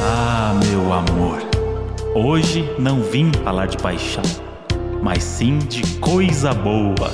Ah, amor. Hoje não vim falar de paixão, mas sim de coisa boa.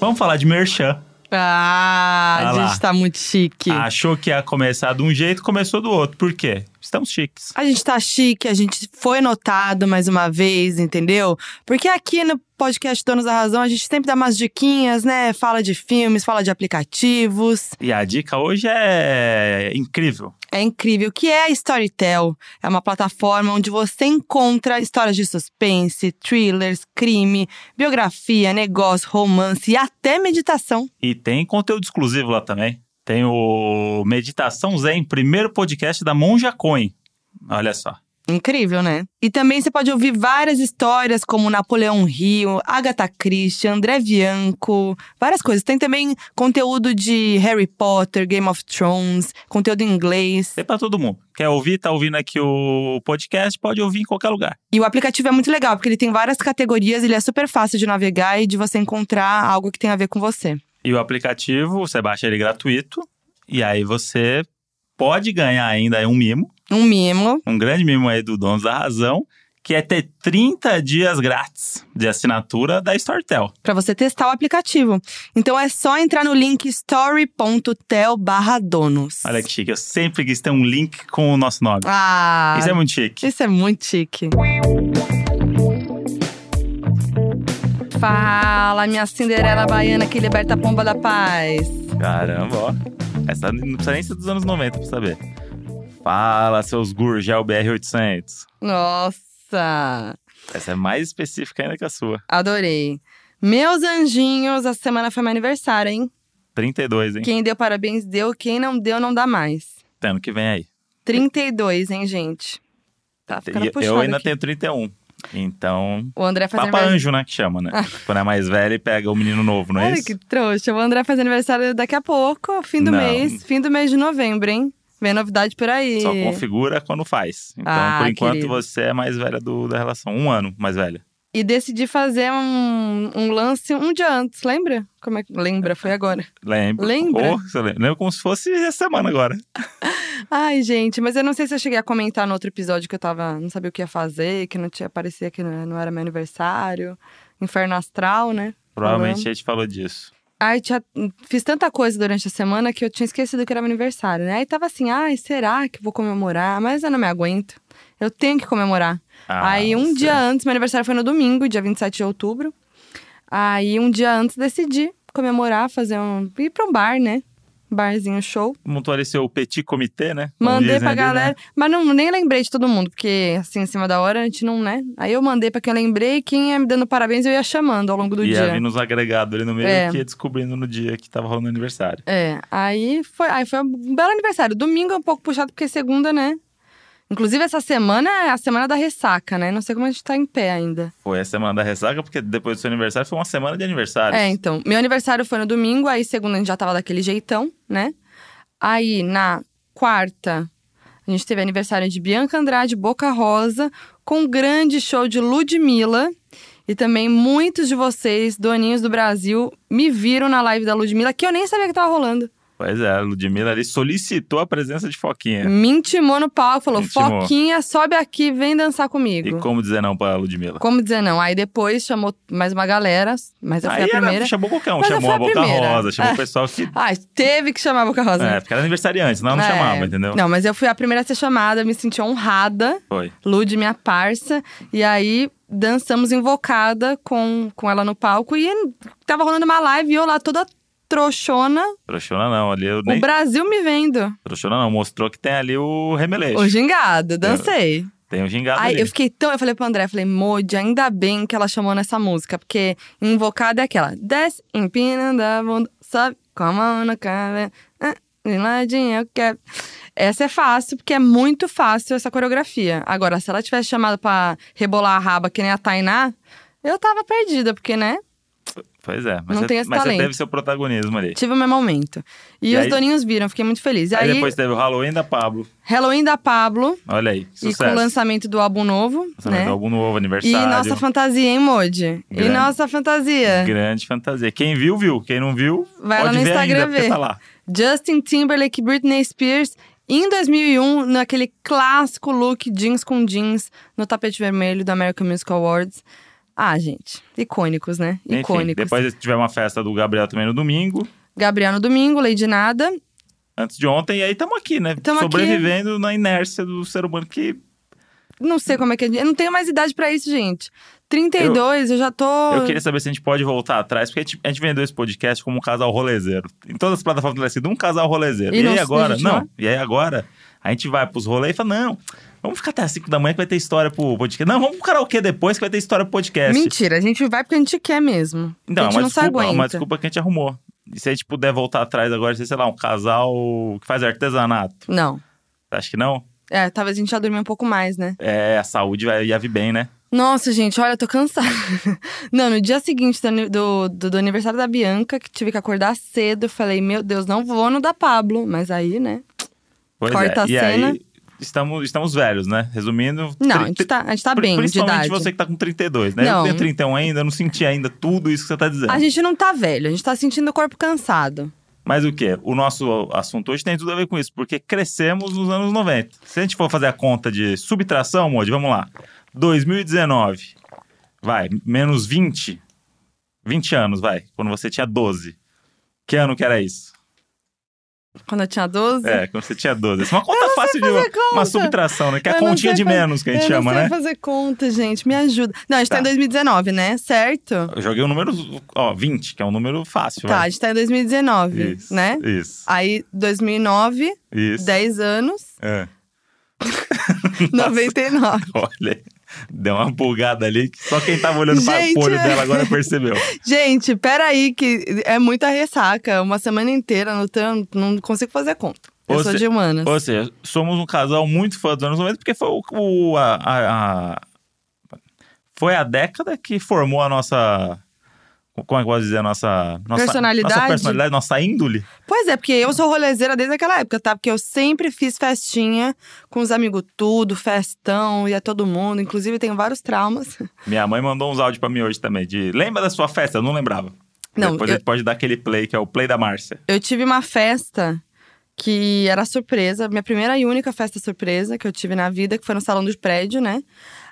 Vamos falar de merchan. Ah, Ah a lá. gente tá muito chique. Achou que ia começar de um jeito, começou do outro. Por quê? Estamos chiques. A gente tá chique, a gente foi notado mais uma vez, entendeu? Porque aqui no podcast Donos da Razão a gente sempre dá umas diquinhas, né? Fala de filmes, fala de aplicativos. E a dica hoje é incrível. É incrível. O que é a Storytel? É uma plataforma onde você encontra histórias de suspense, thrillers, crime, biografia, negócio, romance e até meditação. E tem conteúdo exclusivo lá também. Tem o Meditação Zen, primeiro podcast da Monja Coin. Olha só. Incrível, né? E também você pode ouvir várias histórias como Napoleão Rio, Agatha Christie, André Bianco, várias coisas. Tem também conteúdo de Harry Potter, Game of Thrones, conteúdo em inglês. Tem pra todo mundo. Quer ouvir, tá ouvindo aqui o podcast, pode ouvir em qualquer lugar. E o aplicativo é muito legal, porque ele tem várias categorias, ele é super fácil de navegar e de você encontrar algo que tem a ver com você. E o aplicativo, você baixa ele gratuito. E aí você pode ganhar ainda um mimo, Um mimo. um grande mimo aí do Donos da Razão, que é ter 30 dias grátis de assinatura da Storytel. para você testar o aplicativo. Então é só entrar no link story.tel/donos. Olha que chique, eu sempre quis ter um link com o nosso nome. Ah, Isso é muito chique. isso é muito chique. Fala, minha Cinderela baiana que liberta a pomba da paz. Caramba, ó. Essa não precisa nem ser dos anos 90 pra saber. Fala, seus gurgel BR-800. Nossa, Essa é mais específica ainda que a sua. adorei. Meus anjinhos, a semana foi meu aniversário, hein? 32, hein? Quem deu parabéns deu, quem não deu não dá mais. Ano que vem aí. 32, hein, gente? Tá ficando E puxado eu ainda aqui. tenho 31. Então, O André faz papa aniversário. anjo, né, que chama, né? Quando é mais velho e pega o menino novo, não é Ah. Olha isso? que trouxa. O André faz aniversário daqui a pouco, fim do Não. mês. Fim do mês de novembro, hein? Vem novidade por aí. Só configura quando faz. Então, Ah, por enquanto, querido. você é mais velha do- da relação. Um ano mais velha. E decidi fazer um, um lance um dia antes, lembra? Como é que... Lembra, foi agora. Lembra? Lembra? Oh, você lembra? Lembra como se fosse essa semana agora. Ai, gente, mas eu não sei se eu cheguei a comentar no outro episódio que eu tava... Não sabia o que ia fazer, que não tinha... Parecia que não não era meu aniversário. Inferno astral, né? Provavelmente a gente falou disso. Ai, tinha, fiz tanta coisa durante a semana que eu tinha esquecido que era meu aniversário, né? Aí tava assim, ai, será que vou comemorar? Mas eu não me aguento. Eu tenho que comemorar. Ah, Aí um você- dia antes, meu aniversário foi no domingo, dia 27 de outubro. Aí um dia antes decidi comemorar, fazer um. ir pra um bar, né? Barzinho show. montou ali seu petit comitê, né? Como Mandei dizem pra ali, galera. né? Mas não, nem lembrei de todo mundo, porque assim, em cima da hora a gente não, né? Aí eu mandei pra quem eu lembrei, quem ia me dando parabéns eu ia chamando ao longo do e dia. ia vir nos agregados ali no meio É. que ia descobrindo no dia que tava rolando aniversário. É, aí foi, aí foi um belo aniversário. Domingo é um pouco puxado, porque segunda, né? Inclusive, essa semana é a semana da ressaca, né? Não sei como a gente tá em pé ainda. Foi a semana da ressaca, porque depois do seu aniversário foi uma semana de aniversário. É, então. Meu aniversário foi no domingo, aí segunda a gente já tava daquele jeitão, né? Aí, na quarta, a gente teve aniversário de Bianca Andrade, Boca Rosa, com um grande show de Ludmilla. E também muitos de vocês, doninhos do Brasil, me viram na live da Ludmilla, que eu nem sabia que tava rolando. Pois é, a Ludmilla ali solicitou a presença de Foquinha. Me intimou no palco, falou: Me É. intimou. Foquinha, sobe aqui, vem dançar E comigo. como dizer não pra Ludmilla? Como dizer não? Aí depois chamou mais uma galera, mas eu fui Aí a primeira. ela chamou qualquer um, Mas eu chamou fui a a Boca primeira. Rosa, chamou o É. pessoal que. Ah, teve que chamar a Boca Rosa. É, porque era aniversariante, senão ela não É. chamava, entendeu? Não, mas eu fui a primeira a ser chamada, me senti honrada. Foi. Lud, minha parça. E aí dançamos invocada com, com ela no palco. E tava rolando uma live e eu lá toda trouxona. Trouxona não, ali eu nem. O Brasil me vendo. Trouxona não, mostrou que tem ali o remeleixo. O gingado, dancei. Tem o gingado Ai, ali. eu fiquei tão. Eu falei pro André, falei, Modi, ainda bem que ela chamou nessa música, porque invocada é aquela. Desce, empinando a bunda, sobe com a mão no cara. ah, De ladinho, eu quero. Essa é fácil, porque é muito fácil essa coreografia. Agora, se ela tivesse chamado pra rebolar a raba que nem a Tainá, eu tava perdida, porque, né? Pois é, mas, Não você, tem esse mas você talento. teve seu protagonismo ali. Tive o meu momento. E, E os aí- doninhos viram, fiquei muito feliz. E Aí, aí, depois teve o Halloween da Pablo. Halloween da Pablo, Olha aí, que e com o sucesso. lançamento do álbum novo, Lançamento né? do álbum novo, E aniversário. nossa fantasia, hein, Modi? E Grande. nossa fantasia. Grande fantasia. Quem viu, viu. Quem não viu, Vai lá pode no ver Instagram ainda, porque ver. tá lá. Justin Timberlake, Britney Spears E em 2001, naquele clássico look jeans com jeans no tapete vermelho do American Music Awards. Ah, gente, icônicos, né? Enfim, Icônicos. depois tiver uma festa do Gabriel também no domingo, Gabriel no domingo, Lady Nada. antes de ontem, e aí estamos aqui, né? Tamo aqui. Sobrevivendo na inércia do ser humano que Não sei como é que é. Eu não tenho mais idade pra isso, gente. 32, eu, já tô. eu queria saber se a gente pode voltar atrás, porque a gente, a gente vendeu esse podcast como um casal rolezeiro. Em todas as plataformas tem sido um casal rolezeiro. E E, não- aí agora, a gente não não, é? e aí agora a gente vai pros rolês e fala: "Não, vamos ficar até as 5 da manhã que vai ter história pro podcast. Não, vamos pro karaokê depois que vai ter história pro podcast". Mentira, a gente vai porque a gente quer mesmo. Então, a é gente uma não se desculpa, é aguenta. uma desculpa que a gente arrumou. E se a gente puder voltar atrás agora, sei sei lá, um casal que faz artesanato. Não. Acho que não. É, talvez a gente já dormia um pouco mais, né? É, a saúde vai, ia vir bem, né? Nossa, gente, olha, eu tô cansada. Não, no dia seguinte do, ani- do, do- do aniversário da Bianca, que tive que acordar cedo, eu falei, meu Deus, não vou no da Pablo. Mas aí, né? Pois Corta é. a e cena. aí, estamos, estamos velhos, né? Resumindo. Não, a tri- gente tá, a gente tá pri- bem de Principalmente idade. você que tá com 32, né? Eu Não. tenho 31 ainda, eu não senti ainda tudo isso que você tá dizendo. A gente não tá velho, a gente tá sentindo o corpo cansado. Mas o quê? O nosso assunto hoje tem tudo a ver com isso, porque crescemos nos anos 90. Se a gente for fazer a conta de subtração, Modi, vamos lá. 2019, vai, menos 20. 20 anos, vai, quando você tinha 12. Que ano que era isso? Quando eu tinha 12. É, quando você tinha 12. Isso é uma conta fácil de fazer conta. uma subtração, né? Que é a Eu não continha sei de fazer- menos que a gente eu chama, não sei né? fazer conta, gente, me ajuda. Não, a gente tá, Tá. em 2019, né? Certo? Eu joguei o número, ó, 20, que é um número fácil, Tá, a vai. gente tá em 2019, Isso, né? Isso, Aí, 2009, isso. 10 anos, É. 99. Olha, deu uma bugada ali que só quem tava olhando para Gente, o olho é. dela agora percebeu. Gente, peraí, que é muita ressaca. Uma semana inteira anotando, não consigo fazer conta. Eu Ou sou se- de humanas. Ou seja, somos um casal muito fã dos anos 90, porque foi o, o- a, a- a- foi a década que formou a nossa. Como é que eu posso dizer? A nossa, nossa Personalidade? Nossa personalidade, nossa índole. Pois é, porque eu sou rolezeira desde aquela época, tá? Porque eu sempre fiz festinha com os amigos tudo, festão, ia todo mundo. Inclusive, tenho vários traumas. Minha mãe mandou uns áudios pra mim hoje também, de lembra da sua festa? Eu não lembrava. Não, Depois eu- a gente pode dar aquele play, que é o play da Márcia. Eu tive uma festa que era surpresa, minha primeira e única festa surpresa que eu tive na vida, que foi no salão do prédio, né?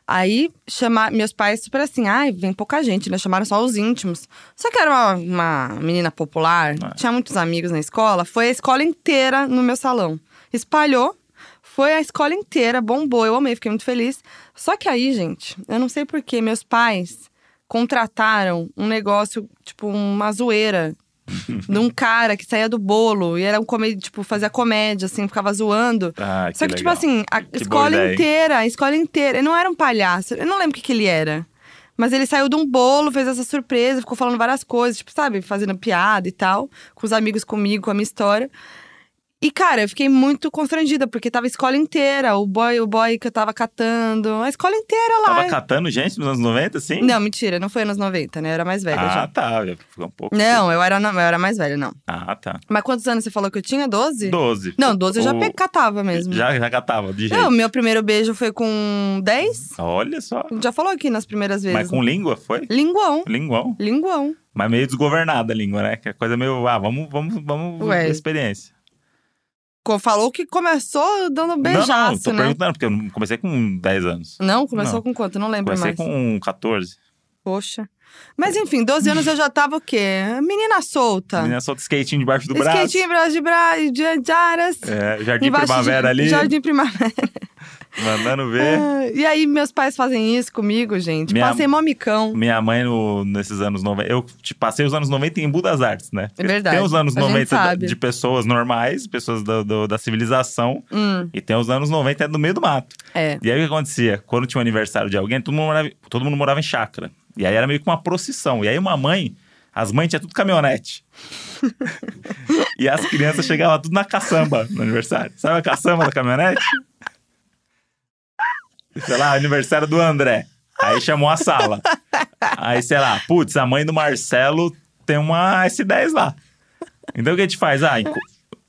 Aí chamar meus pais super assim, ai, vem pouca gente, né? Chamaram só os íntimos. Só que era uma, uma menina popular, Ah. tinha muitos amigos na escola, foi a escola inteira no meu salão. Espalhou, foi a escola inteira, bombou, eu amei, fiquei muito feliz. Só que aí, gente, eu não sei porquê, meus pais contrataram um negócio, tipo, uma zoeira de um cara que saía do bolo e era um comédia, tipo, fazia comédia, assim, ficava zoando. Ah, Só que, tipo legal. assim, a Que boa escola ideia, hein? inteira, a escola inteira. Ele não era um palhaço, eu não lembro o que, que ele era. Mas ele saiu de um bolo, fez essa surpresa, ficou falando várias coisas, tipo, sabe, fazendo piada e tal, com os amigos comigo, com a minha história. E, cara, eu fiquei muito constrangida, porque tava a escola inteira, o boy, o boy que eu tava catando, a escola inteira lá. Tava catando gente nos anos 90, assim? Não, mentira, não foi anos 90, né? Eu era mais velha Ah, já. tá. já Ficou um pouco. Não, eu era, não, eu era mais velha, não. Ah, tá. Mas quantos anos você falou que eu tinha? 12? 12. Não, 12 eu já O- pe- catava mesmo. Já, já catava, de jeito. Não, meu primeiro beijo foi com 10? Olha só. Já falou aqui nas primeiras vezes. Mas com língua, foi? Linguão. Linguão. Linguão. Mas meio desgovernada a língua, né? Que é coisa meio. Ah, vamos, vamos, vamos Ué. ver experiência. Co- Falou que começou dando não, não, beijaço, tô né? perguntando, porque eu não- comecei com 10 anos. Não, começou Não. com quanto? Eu Não lembro Comecei mais. com 14. Poxa. Mas enfim, 12 anos eu já tava o quê? Menina solta. Menina solta skatinho debaixo do braço. Tá. Skatinho, braço de braço, de de aras. É, jardim Embaixo de- primavera ali, Jardim primavera. mandando ver. Ah, E aí, meus pais fazem isso comigo, gente. Minha- Passei mó micão. Minha mãe, no- nesses anos 90. Eu te passei os anos 90 em Embu das Artes, né? É verdade, Tem os anos a gente 90 sabe. de, de pessoas normais, pessoas do- do- da civilização, Hum, e tem os anos 90 no meio do mato. é. E aí o que acontecia? Quando tinha um aniversário de alguém, todo mundo morava, todo mundo morava em chácara. E aí era meio que uma procissão. E aí uma mãe, as mães tinham tudo caminhonete. e as crianças chegavam tudo na caçamba no aniversário. Sabe a caçamba da caminhonete? Sei lá, aniversário do André. Aí chamou a sala. Aí, sei lá, putz, a mãe do Marcelo tem uma S10 lá. Então o que a gente faz? Ah, enco-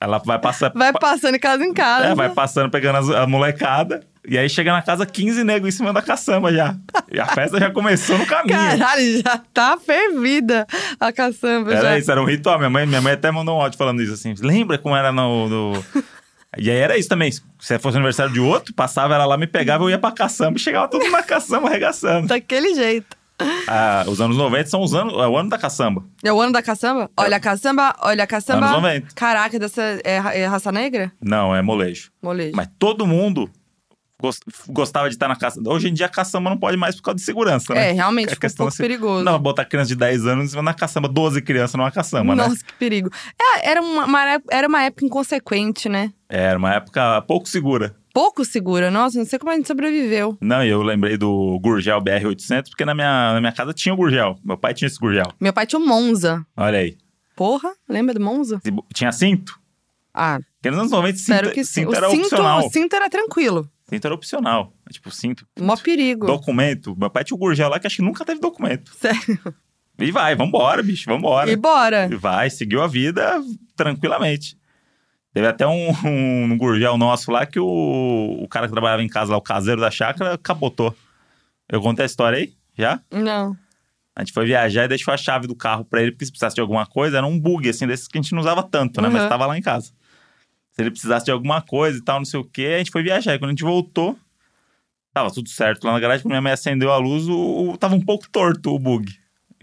ela vai passar. Vai passando casa em casa. É, vai passando, pegando as- a molecada. E aí chega na casa 15 negros em cima da caçamba já. E a festa já começou no caminho. Caralho, já tá fervida a caçamba. Era já. isso, era um ritual. Minha mãe, minha mãe até mandou um áudio falando isso assim. Lembra como era no. no- E aí era isso também. Se fosse aniversário de outro, passava ela lá, me pegava, eu ia pra caçamba e chegava todo mundo na caçamba arregaçando. Daquele jeito. Ah, os anos 90 são os anos, é o ano da caçamba. É o ano da caçamba? Olha a caçamba, olha a caçamba. Anos 90. Caraca, dessa é, ra- é raça negra? Não, é molejo. Molejo. Mas todo mundo gos- gostava de estar na caçamba. Hoje em dia a caçamba não pode mais por causa de segurança, né? é, realmente, a ficou um questão pouco assim, perigoso. Não, botar criança de 10 anos em cima na caçamba, 12 crianças numa caçamba, né? Nossa, que perigo. É, era, uma, uma ép- era uma época inconsequente, né? É, Era uma época pouco segura. Pouco segura. Nossa, não sei como a gente sobreviveu. Não, e eu lembrei do Gurgel BR-800, porque na minha, na minha casa tinha o Gurgel. Meu pai tinha esse Gurgel. Meu pai tinha um Monza. Olha aí. Porra, lembra do Monza? Se bo- Tinha cinto? Ah, Porque nos anos 90 espero cinto, que sim. cinto O era cinto, opcional. o cinto era tranquilo. Cinto era opcional. É Tipo, cinto. Mó perigo. Documento. Meu pai tinha o Gurgel lá que acho que nunca teve documento. Sério. E vai, vambora, bicho, vambora. E bora. E vai, seguiu a vida tranquilamente. Teve até um, um, gurgel nosso lá que o, o cara que trabalhava em casa lá, o caseiro da chácara, capotou. Eu contei a história aí? Já? Não. A gente foi viajar e deixou a chave do carro pra ele, porque se precisasse de alguma coisa, era um bug, assim, desses que a gente não usava tanto, né? Mas Uhum. tava lá em casa. Se ele precisasse de alguma coisa e tal, não sei o quê, a gente foi viajar. E quando a gente voltou, tava tudo certo lá na garagem. Quando minha mãe acendeu a luz, o, o- tava um pouco torto o bug.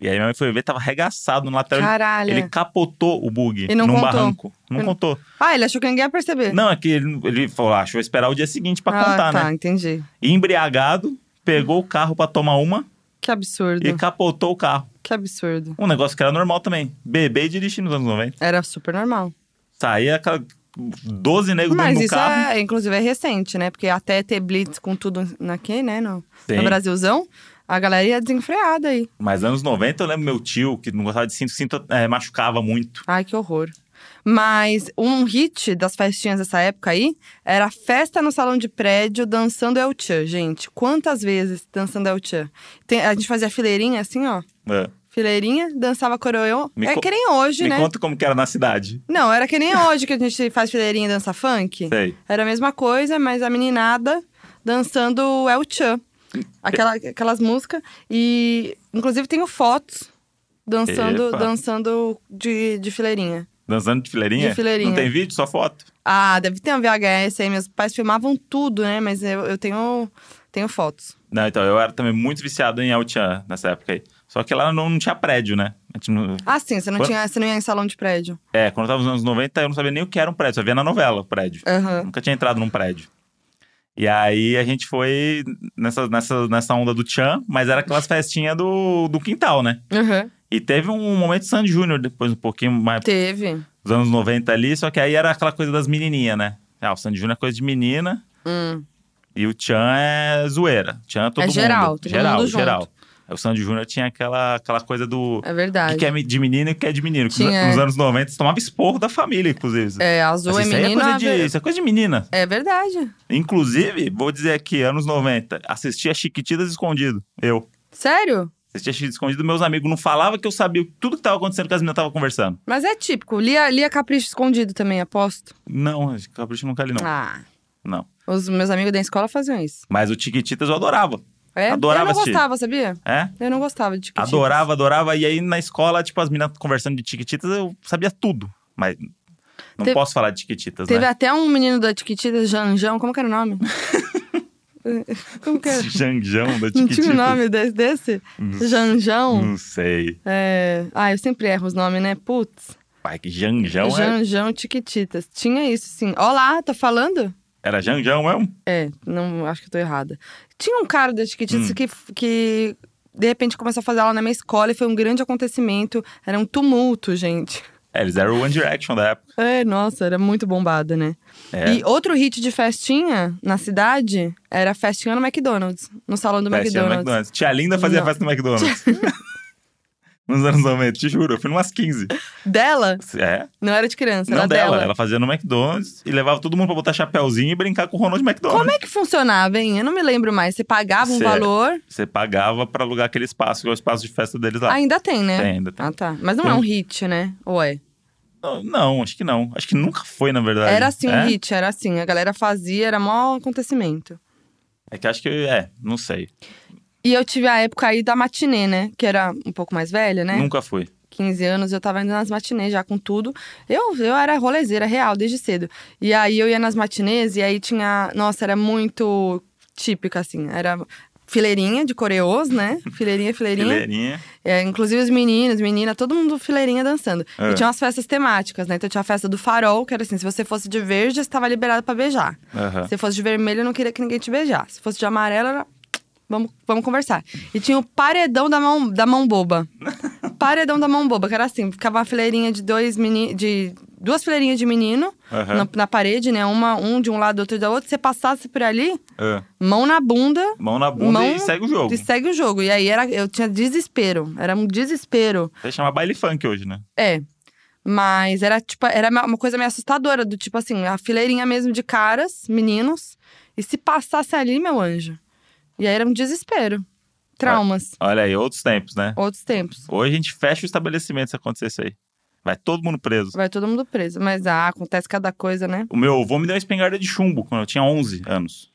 E aí minha mãe foi ver, tava arregaçado no lateral. Caralho. Então, Ele capotou o bug E É. não num contou. barranco. Não E- contou. Ah, ele achou que ninguém ia perceber. Não, é que ele, ele falou, ah, deixa eu esperar o dia seguinte pra ah, contar, tá, né? entendi. E embriagado, pegou o carro pra tomar uma Que absurdo. e capotou o carro. Que absurdo. Um negócio que era normal também. Beber e dirigir nos anos 90. Era super normal. Saía aquela 12 negros Mas dentro do isso, carro. é, inclusive, é recente, né? Porque até ter blitz com tudo aqui, né? No, Sim. no Brasilzão, a galera ia desenfreada aí. Mas anos 90 eu lembro meu tio, que não gostava de cinto, cinto é, machucava muito. Ai, que horror. Mas um hit das festinhas dessa época aí era festa no salão de prédio dançando El Tchan, gente. Quantas vezes dançando El Tchan? Tem- a gente fazia fileirinha assim, ó. É. Fileirinha. Fileirinha, dançava coroeu. Me É co- que nem hoje, Me né? conta como que era na cidade. Não, era que nem hoje que a gente faz fileirinha e dança funk. Sei. Era a mesma coisa, mas a meninada dançando El Tchan. Aquela, aquelas músicas. E, inclusive, tenho fotos dançando, Epa. dançando de, de fileirinha. Dançando de fileirinha? De fileirinha. Não tem vídeo, só foto? Ah, deve ter um VHS aí. Meus pais filmavam tudo, né? Mas eu, eu tenho, tenho fotos. Não, então, eu era também muito viciado em El Chan nessa época aí. Só que lá não, não tinha prédio, né? A gente não- Ah, sim, você não, Quan- tinha, você não ia em salão de prédio. É, quando eu tava nos anos 90, eu não sabia nem o que era um prédio, só via na novela o prédio. Aham. Nunca tinha entrado num prédio. E aí a gente foi nessa, nessa, nessa onda do Chan, mas era aquelas festinhas do, do quintal, né? Aham. E teve um momento Sandy Júnior depois, um pouquinho mais Teve. dos anos 90 ali, só que aí era aquela coisa das menininhas, né? Ah, o Sandy Júnior é coisa de menina, Hum. E o Tchan é zoeira. Tchan é todo É mundo. geral, todo geral, mundo junto. geral. Aí O Sandy Júnior tinha aquela, aquela coisa do. É o verdade. que que é de menino e o que é de menino. Que Tinha. Nos anos 90, você tomava esporro da família, inclusive. É, azul Assim, isso, é aí é menina. coisa de, isso é coisa de menina. É verdade. Inclusive, vou dizer aqui, anos 90, assistia Chiquititas Escondido. Eu. Sério? Assistia Chiquititas Escondido, meus amigos não falavam que eu sabia tudo que tava acontecendo que as meninas estavam conversando. Mas é típico. Lia, lia Capricho Escondido também, aposto. Não, Capricho nunca li, não. Ah. Não. Os meus amigos da escola faziam isso. Mas o Chiquititas eu adorava. É? Adorava Eu não assistir. gostava, sabia? É? Eu não gostava de Chiquititas. Adorava, adorava. E aí na escola, tipo, as meninas conversando de Tiquititas, eu sabia tudo. Mas não Teve- posso falar de Tiquititas, Teve né? até um menino da Tiquititas, Janjão, como que era o nome? como que era? Esse Janjão da Não tinha Tiquititas. o nome desse? desse? Hum. Janjão? Não sei. É... Ah, eu sempre erro os nomes, né? Putz. Pai, que Janjão é... Janjão Tiquititas. Tinha isso, sim. Olá, tô falando? era Janjão mesmo? É, não, acho que eu tô errada. Tinha um cara da Tiquititas Hum. que, que de repente começou a fazer aula na minha escola e foi um grande acontecimento. Era um tumulto, gente. É, eles eram o One Direction da época. É, nossa, era muito bombada, né? É. E outro hit de festinha na cidade era festinha no McDonald's, no salão do Festinha no McDonald's. McDonald's. Tia Linda fazia Não. festa no McDonald's. Nos anos 90, te juro. Eu fui numas 15. Dela? É, Não era de criança, não era dela. dela. Ela fazia no McDonald's e levava todo mundo pra botar chapéuzinho e brincar com o Ronald McDonald. Como é que funcionava, hein? Eu não me lembro mais. Você pagava um Cê- valor, Você pagava pra alugar aquele espaço, que é o espaço de festa deles lá. ainda tem, né? tá. Tem, ainda tem. Ah, tá. Mas não Tem é um um- hit, né? Ou é? Não, Não, acho que não. Acho que nunca foi, na verdade. Era assim um é? hit, era assim. A galera fazia, era mó acontecimento. É que acho que é, não sei. E eu tive a época aí da matinê, né? Que era um pouco mais velha, né? Nunca fui. 15 anos, eu tava indo nas matinês já com tudo. Eu, eu era rolezeira real desde cedo. E aí eu ia nas matinês e aí tinha. Nossa, era muito típica, assim. Era fileirinha de coreôs, né? Fileirinha, fileirinha. Fileirinha. É, inclusive os meninos, menina, todo mundo fileirinha dançando. É. E tinha umas festas temáticas, né? Então tinha a festa do farol, que era assim: se você fosse de verde, você tava liberado pra beijar. Aham. Se fosse de vermelho, eu não queria que ninguém te beijasse. Se fosse de amarelo, era. Vamos, vamos conversar. E tinha o paredão da mão, da mão boba. paredão da mão boba, que era assim: ficava uma fileirinha de dois meninos. De duas fileirinhas de menino Aham. na, na parede, né? Uma, um de um lado, outro da outra. Se você passasse por ali, Ah. mão na bunda. Mão na bunda Mão e segue o jogo. E segue o jogo. E aí era, eu tinha desespero. Era um desespero. Vai chamar baile funk hoje, né? É. Mas era tipo, era uma coisa meio assustadora, do tipo assim, a fileirinha mesmo de caras, meninos, e se passasse ali, meu anjo. E aí era um desespero. Traumas, Olha aí, outros tempos, né? outros tempos. Hoje a gente fecha o estabelecimento se acontecer isso aí. Vai todo mundo preso. Vai todo mundo preso. Mas ah, acontece cada coisa, né? O meu avô me deu uma espingarda de chumbo quando eu tinha 11 anos.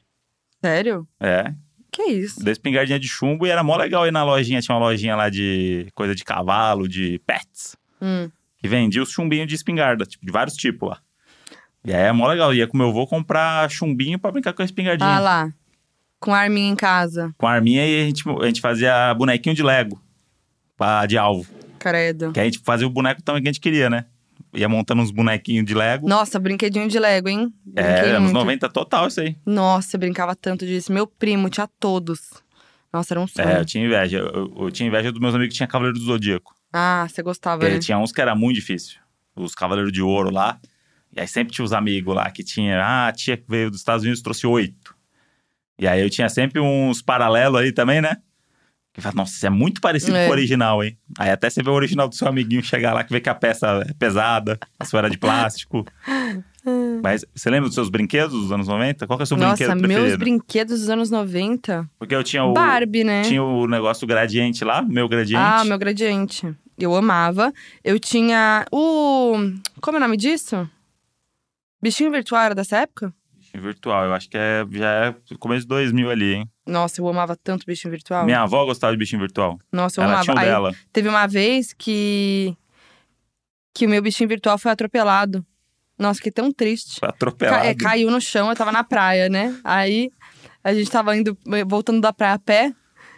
Sério? É, Que isso? deu espingardinha de chumbo e era mó legal ir na lojinha. Tinha uma lojinha lá de coisa de cavalo, de pets. Hum. que vendia os chumbinhos de espingarda, tipo, de vários tipos lá. E aí é mó legal. Ia com meu avô comprar chumbinho pra brincar com a espingardinha. Ah lá. Com a arminha em casa. Com a arminha e a gente, a gente fazia bonequinho de Lego pra, de alvo. Credo. Que aí a gente fazia o boneco do tamanho que a gente queria, né? Ia montando uns bonequinhos de Lego. Nossa, brinquedinho de Lego, hein? Brinquei é, anos muito. 90 total isso aí. Nossa, eu brincava tanto disso. Meu primo tinha todos. Nossa, era um sonho. É, eu tinha inveja. Eu, eu- eu tinha inveja dos meus amigos que tinha Cavaleiro do Zodíaco. Ah, você gostava, Porque né? tinha uns que era muito difícil. Os Cavaleiros de Ouro lá. E aí sempre tinha os amigos lá que tinha. Ah, a tia que veio dos Estados Unidos trouxe oito. E aí eu tinha sempre uns paralelos aí também, né? Que fala, nossa, isso é muito parecido É. com o original, hein? Aí até você vê o original do seu amiguinho chegar lá que vê que a peça é pesada, a sua era de plástico. Mas você lembra dos seus brinquedos dos anos 90? Qual que é o seu Nossa, brinquedo meus preferido? brinquedos dos anos 90. Porque eu tinha o. Barbie, né? Tinha o negócio do gradiente lá, meu gradiente. Ah, meu gradiente. Eu amava. Eu tinha o. Como é o nome disso? Bichinho virtual era dessa época? Virtual, eu acho que é, já é começo de 2000 ali, hein? Nossa, eu amava tanto bichinho virtual. Minha avó gostava de bichinho virtual. Nossa, eu Ela amava. tinha um Aí, dela. Teve uma vez que. que o meu bichinho virtual foi atropelado. Nossa, fiquei tão triste. Foi Ca- atropelado. é, caiu no chão, eu tava na praia, né? Aí a gente tava indo, voltando da praia a pé,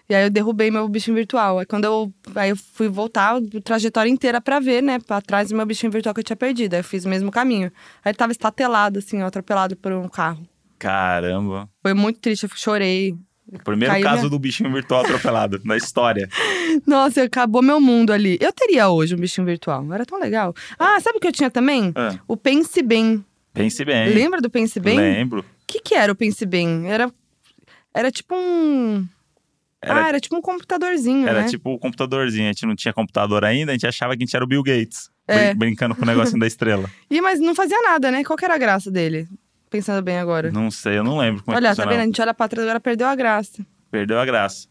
e aí eu derrubei meu bichinho virtual. Aí quando eu, aí eu fui voltar a trajetória inteira pra ver, né? Pra trás do meu bichinho virtual que eu tinha perdido. Aí eu fiz o mesmo caminho. Aí ele tava estatelado, assim, ó, atropelado por um carro. Caramba. Foi muito triste, eu chorei. O primeiro Caiu caso minha- do bichinho virtual atropelado na história. Nossa, acabou meu mundo ali. Eu teria hoje um bichinho virtual, era tão legal. Ah, sabe o que eu tinha também? Ah, O Pense Bem. pense bem. Lembra do Pense Bem? Lembro. O que, que era o Pense Bem? Era, era tipo um. Era- ah, era tipo um computadorzinho, Era né? tipo o computadorzinho. A gente não tinha computador ainda, a gente achava que a gente era o Bill Gates. brin- É. brincando com o negocinho da estrela. Ih, mas não fazia nada, né? Qual que era a graça dele? Pensando bem agora. Não sei, eu não lembro como é Olha, que tá vendo? funcionava. A gente olha pra trás, agora perdeu a graça. Perdeu a graça.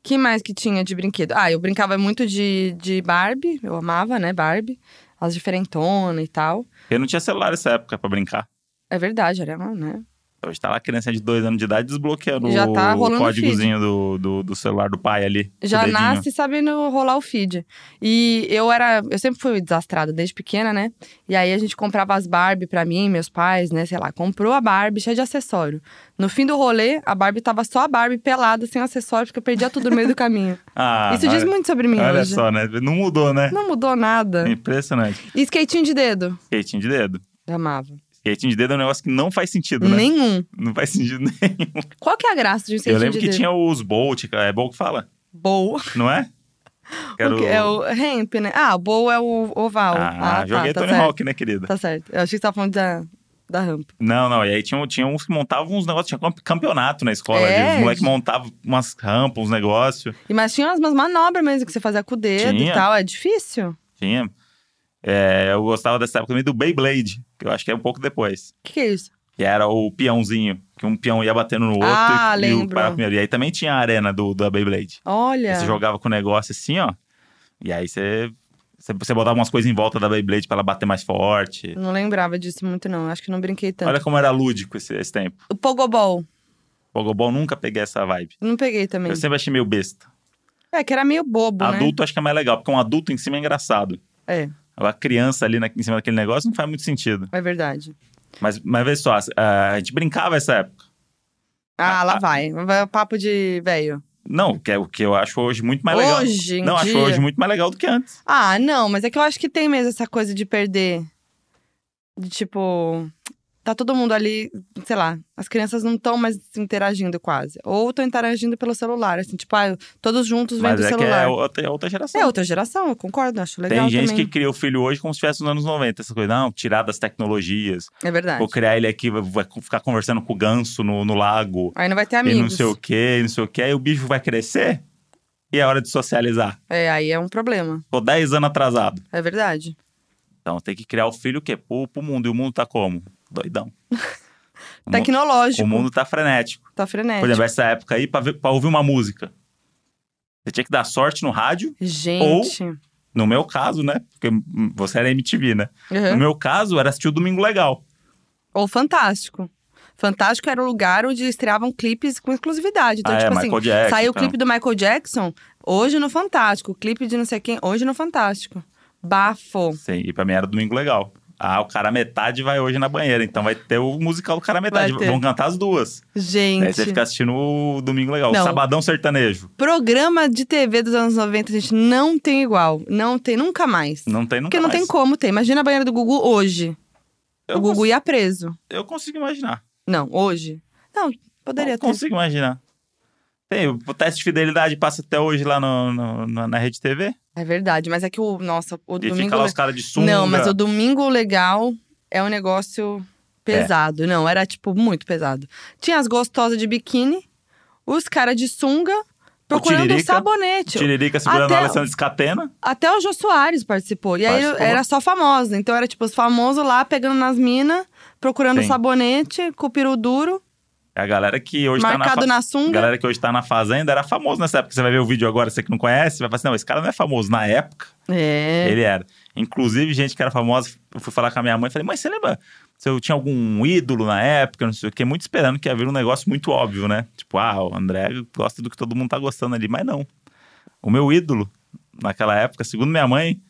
que mais que tinha de brinquedo? Ah, eu brincava muito de, de Barbie. Eu amava, né, Barbie. As diferentonas e tal. Porque não tinha celular nessa época pra brincar. É verdade, era, uma, né? Hoje tá lá a criança de dois anos de idade desbloqueando Já tá o rolando códigozinho do, do, do celular do pai ali. o Já dedinho. nasce sabendo rolar o feed. E eu era. Eu sempre fui desastrada desde pequena, né? E aí a gente comprava as Barbie pra mim, meus pais, né? Sei lá, comprou a Barbie cheia de acessório. No fim do rolê, a Barbie tava só a Barbie pelada, sem acessório, porque eu perdia tudo no meio do caminho. Ah, Isso diz olha- muito sobre mim Olha hoje. só, né? Não mudou, né? Não mudou nada. Impressionante. E skatinho de dedo? Skating de dedo. Amava. Skating de dedo é um negócio que não faz sentido, né? Nenhum. Não faz sentido nenhum. Qual que é a graça de um skatinho Eu lembro de que dedo? tinha os Bolt, cara, é Bolt que fala, Bowl. não é? Que era O que é o ramp, né? Ah, o bowl é o oval. Ah, tá, joguei tá Tony certo. Hawk, né, querida? Tá certo. Eu achei que você tava falando da, da rampa. Não, não. E aí tinha, tinha uns que montavam uns negócios, tinha campe- campeonato na escola. É, ali. Os moleques gente. montavam umas rampas, uns negócios. E, mas tinha umas manobras mesmo que você fazia com o dedo Tinha. e tal. É difícil? Tinha. É, eu gostava dessa época também do Beyblade, que eu acho que é um pouco depois. O que, que é isso? Que era o peãozinho, que um peão ia batendo no outro Ah, e, e o lembro. É. parava primeiro. E aí também tinha a arena do, da Beyblade. Olha. Você jogava com o negócio assim, ó. E aí você. Você você botava umas coisas em volta da Beyblade pra ela bater mais forte. Eu Não lembrava disso muito, não. Acho que não brinquei tanto. Olha como era lúdico esse, esse tempo. O Pogobol. Pogobol nunca peguei essa vibe. Não peguei também. Eu sempre achei meio besta. É, que era meio bobo, né? Adulto acho que é mais legal, porque um adulto em cima é engraçado. É, Agora, criança ali na- em cima daquele negócio não faz muito sentido. é verdade. Mas, mas vê só, a, a gente brincava essa época. Ah, Ah, lá ah. vai. Vai o papo de velho. Não, que é o que eu acho hoje muito mais legal. Hoje em não, dia... acho hoje muito mais legal do que antes. Ah, não, mas é que eu acho que tem mesmo essa coisa de perder. De tipo. Tá todo mundo ali, sei lá, as crianças não estão mais interagindo quase. Ou estão interagindo pelo celular, assim, tipo, ah, todos juntos vendo Mas o é que celular. é outra, é outra geração. É outra geração, eu concordo, acho legal Tem gente também. que cria o filho hoje como se tivesse nos anos 90, essa coisa. Não, tirar das tecnologias. É verdade. Vou criar ele aqui, vai- vai ficar conversando com o ganso no, no lago. Aí não vai ter E não amigos. sei o quê, e não sei o quê. Aí o bicho vai crescer e é hora de socializar. É, aí é um problema, Tô 10 anos atrasado. é verdade. Então tem que criar o filho o quê? Pro, pro mundo. E o mundo tá como? Doidão. O mu- Tecnológico, O mundo tá frenético. tá frenético. Por exemplo, essa época aí, pra, ver- pra ouvir uma música. Você tinha que dar sorte no rádio. Gente. No meu caso, né? Porque hum, você era MTV, né? Uhum. No meu caso, era assistir o Domingo Legal. Ou Fantástico. Fantástico era o lugar onde estreavam clipes com exclusividade. Então, ah, é, tipo assim, Michael Jackson. Saiu o então. clipe do Michael Jackson hoje no Fantástico. O clipe de não sei quem hoje no Fantástico. Bafo. Sim, e pra mim era Domingo Legal. Ah, o cara metade vai hoje na banheira. Então vai ter o musical do cara metade. Vai ter. Vão cantar as duas. Aí você Gente, fica assistindo o Domingo Legal. Não. O Sabadão Sertanejo. programa de TV dos anos 90, gente, não tem igual. Não tem, nunca mais. Não tem nunca Porque não mais. tem como ter. Imagina a banheira do Gugu hoje. Eu, o Gugu cons- ia preso. eu consigo imaginar. Não, hoje. Não, poderia eu ter. consigo imaginar. Tem, o teste de fidelidade passa até hoje lá no, no- na, na Rede TV. É verdade, mas é que o. Nossa, o E domingo. fica lá os caras de sunga. Não, mas o domingo legal é um negócio pesado. Não, era tipo muito pesado. Tinha as gostosas de biquíni, os caras de sunga procurando um Tiririca. sabonete. Tiririca segurando Até- o Alessandro Escatena. Até o Jô Soares participou. E aí Participou. era só famosa. Então era tipo os famosos lá pegando nas minas, procurando Sim. sabonete, com o peru duro, É a galera que hoje tá na... marcado fa- na, A sunga. galera que hoje tá na Fazenda era famoso nessa época. Você vai ver o vídeo agora, você que não conhece, vai falar assim, não, esse cara não é famoso. Na época, É. ele era. Inclusive, gente que era famosa, eu fui falar com a minha mãe, falei, mãe, você lembra se eu tinha algum ídolo na época, não sei o quê? Muito esperando que ia vir um negócio muito óbvio, né? Tipo, ah, o André gosta do que todo mundo tá gostando ali. Mas não. O meu ídolo, naquela época, segundo minha mãe,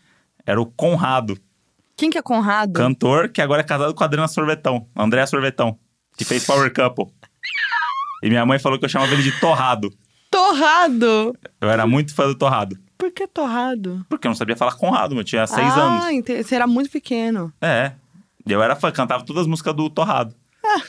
era o Conrado. Quem que é Conrado? Cantor que agora é casado com a Adriana Sorvetão. Andréa Sorvetão. Que fez Power Couple. E minha mãe falou que eu chamava ele de Torrado. Torrado! Eu era muito fã do Torrado. Por que torrado? Porque eu não sabia falar Conrado, eu tinha seis ah, anos. ente- Você era muito pequeno. É. E eu era fã, cantava todas as músicas do Torrado. Ah.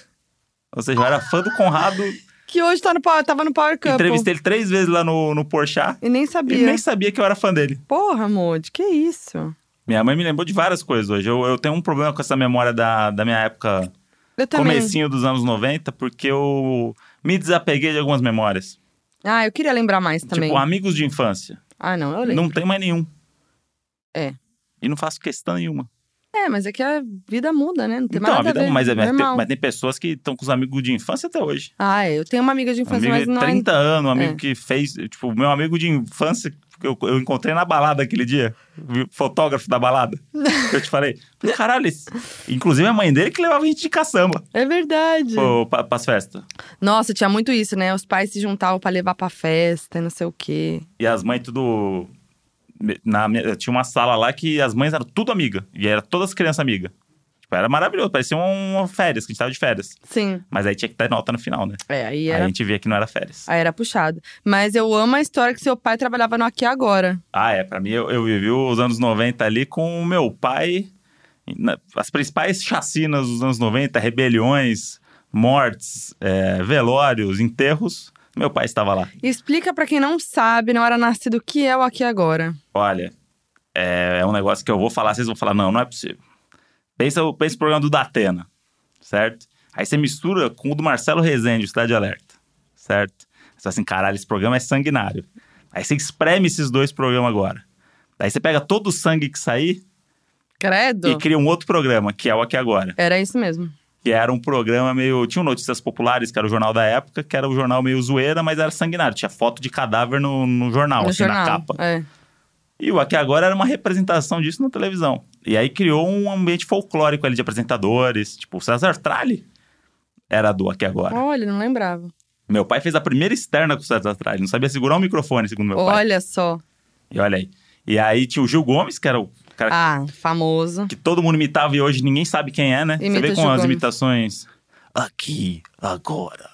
Ou seja, eu era fã do Conrado. Que hoje tá no, Power- tava no Power Cup. Entrevistei ele três vezes lá no, no Porchat. E nem sabia. E nem sabia que eu era fã dele. Porra, Moody, que isso? Minha mãe me lembrou de várias coisas hoje. Eu, eu tenho um problema com essa memória da, da minha época, Eu também. comecinho dos anos 90, porque eu me desapeguei de algumas memórias. Ah, eu queria lembrar mais também. Tipo, amigos de infância. Ah, não, eu lembro. Não tem mais nenhum. É. E não faço questão nenhuma. É, mas é que a vida muda, né? Não tem então, mais a nada vida ver. mas, é- mas, tem, Normal. mas tem pessoas que estão com os amigos de infância até hoje. Ah, é, eu tenho uma amiga de infância, amigo mas de não 30 anos, um amigo É. que fez. Tipo, meu amigo de infância, que eu, eu encontrei na balada aquele dia. vi- Fotógrafo da balada. eu te falei. falei, Caralho, esse- inclusive a mãe dele que levava a gente de caçamba é. É verdade. pro, pra, pras festas. Nossa, tinha muito isso, né? Os pais se juntavam pra levar pra festa e não sei o quê. E as mães tudo. Na, minha- tinha uma sala lá que as mães eram tudo amiga. E era todas as crianças amigas. Tipo, era maravilhoso, parecia um, uma férias, que a gente tava de férias. Sim. Mas aí tinha que ter nota no final, né? É, aí Aí a era, gente via que não era férias. aí era puxado. Mas eu amo a história que seu pai trabalhava no Aqui Agora. Ah, é. Pra mim, eu, eu vivi os anos 90 ali com o meu pai. na- as principais chacinas dos anos 90, rebeliões, mortes, é, velórios, enterros. Meu pai estava lá. Explica pra quem não sabe, não era nascido, o que é o Aqui Agora. Olha, é, é um negócio que eu vou falar, vocês vão falar, não, não é possível. Pensa, o- pensa o programa do Datena, certo? Aí você mistura com o do Marcelo Rezende, o Cidade Alerta, certo? Você fala assim, caralho, esse programa é sanguinário. Aí você espreme esses dois programas agora. Aí você pega todo o sangue que sair Credo? e cria um outro programa, que é o Aqui Agora. Era isso mesmo. Que era um programa meio. Tinha um Notícias Populares, que era o jornal da época, que era um jornal meio zoeira, mas era sanguinário. Tinha foto de cadáver no, no jornal, no assim, jornal. na capa. É. E o Aqui Agora era uma representação disso na televisão. E aí criou um ambiente folclórico ali de apresentadores. Tipo, o César Tralli era do Aqui Agora. Olha, não lembrava. Meu pai fez a primeira externa com o Sérgio Atrás, não sabia segurar o microfone, segundo meu pai. Olha só. E olha aí. E aí tinha o Gil Gomes, que era o cara Ah, famoso. que todo mundo imitava e hoje ninguém sabe quem é, né? Você Imita vê o com Gil as Gomes. imitações. Aqui, agora.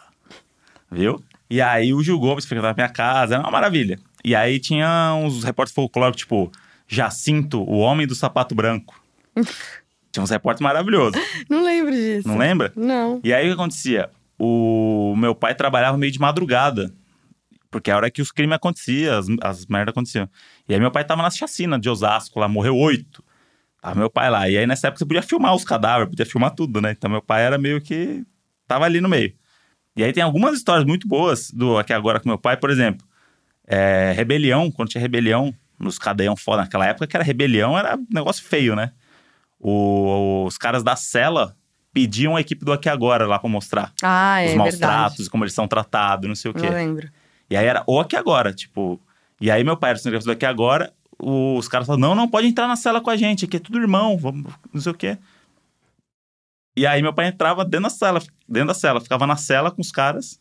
Viu? E aí o Gil Gomes ficava na minha casa, era uma maravilha. E aí tinha uns repórteres folclóricos, tipo Jacinto, o homem do sapato branco. tinha uns repórteres maravilhosos, Não lembro disso. não lembra? Não. E aí o que acontecia? O meu pai trabalhava meio de madrugada. Porque é a hora que os crimes aconteciam, as, as merdas aconteciam. E aí meu pai tava na chacina de Osasco lá, morreu oito. Tava meu pai lá. E aí nessa época você podia filmar os cadáveres, podia filmar tudo, né? Então meu pai era meio que... Tava ali no meio. E aí tem algumas histórias muito boas do Aqui Agora com meu pai, por exemplo. É, rebelião, quando tinha rebelião, nos cadeião foda naquela época, que era rebelião, era um negócio feio, né? O- os caras da cela pediam a equipe do Aqui Agora lá pra mostrar. Ah, é os maus verdade. tratos, como eles são tratados, não sei o quê. Não lembro. E aí era o Aqui Agora, tipo... E aí meu pai era cinegrafista do Aqui Agora, os caras falaram, não, não pode entrar na cela com a gente, aqui é tudo irmão, vamos, não sei o quê. E aí meu pai entrava dentro da cela, dentro da cela, ficava na cela com os caras,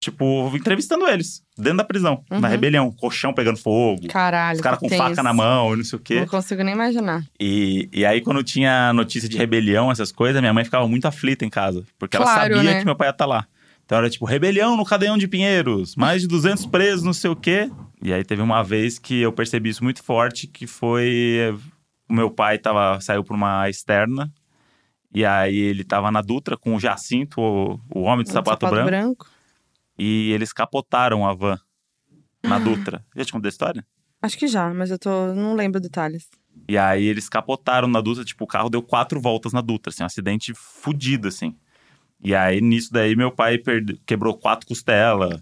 tipo, entrevistando eles, dentro da prisão, na Uhum. rebelião, colchão pegando fogo, Caralho. os caras com que faca tenso. na mão, e não sei o quê. Não consigo nem imaginar. E, e aí, quando tinha notícia de rebelião, essas coisas, minha mãe ficava muito aflita em casa. Porque Claro, ela sabia né? que meu pai ia estar lá. Então era tipo, rebelião no cadeião de Pinheiros, mais de 200 presos, não sei o quê. E aí teve uma vez que eu percebi isso muito forte, que foi... eh, O meu pai tava, saiu pra uma externa, e aí ele tava na Dutra com o Jacinto, o, o homem de Um sapato, branco, branco. e eles capotaram a van na Dutra. Já te contei a história? Acho que já, mas eu tô. não lembro detalhes. E aí eles capotaram na Dutra, tipo, o carro deu quatro voltas na Dutra, assim, um acidente fudido, assim. E aí, nisso daí, meu pai perde- quebrou quatro costelas,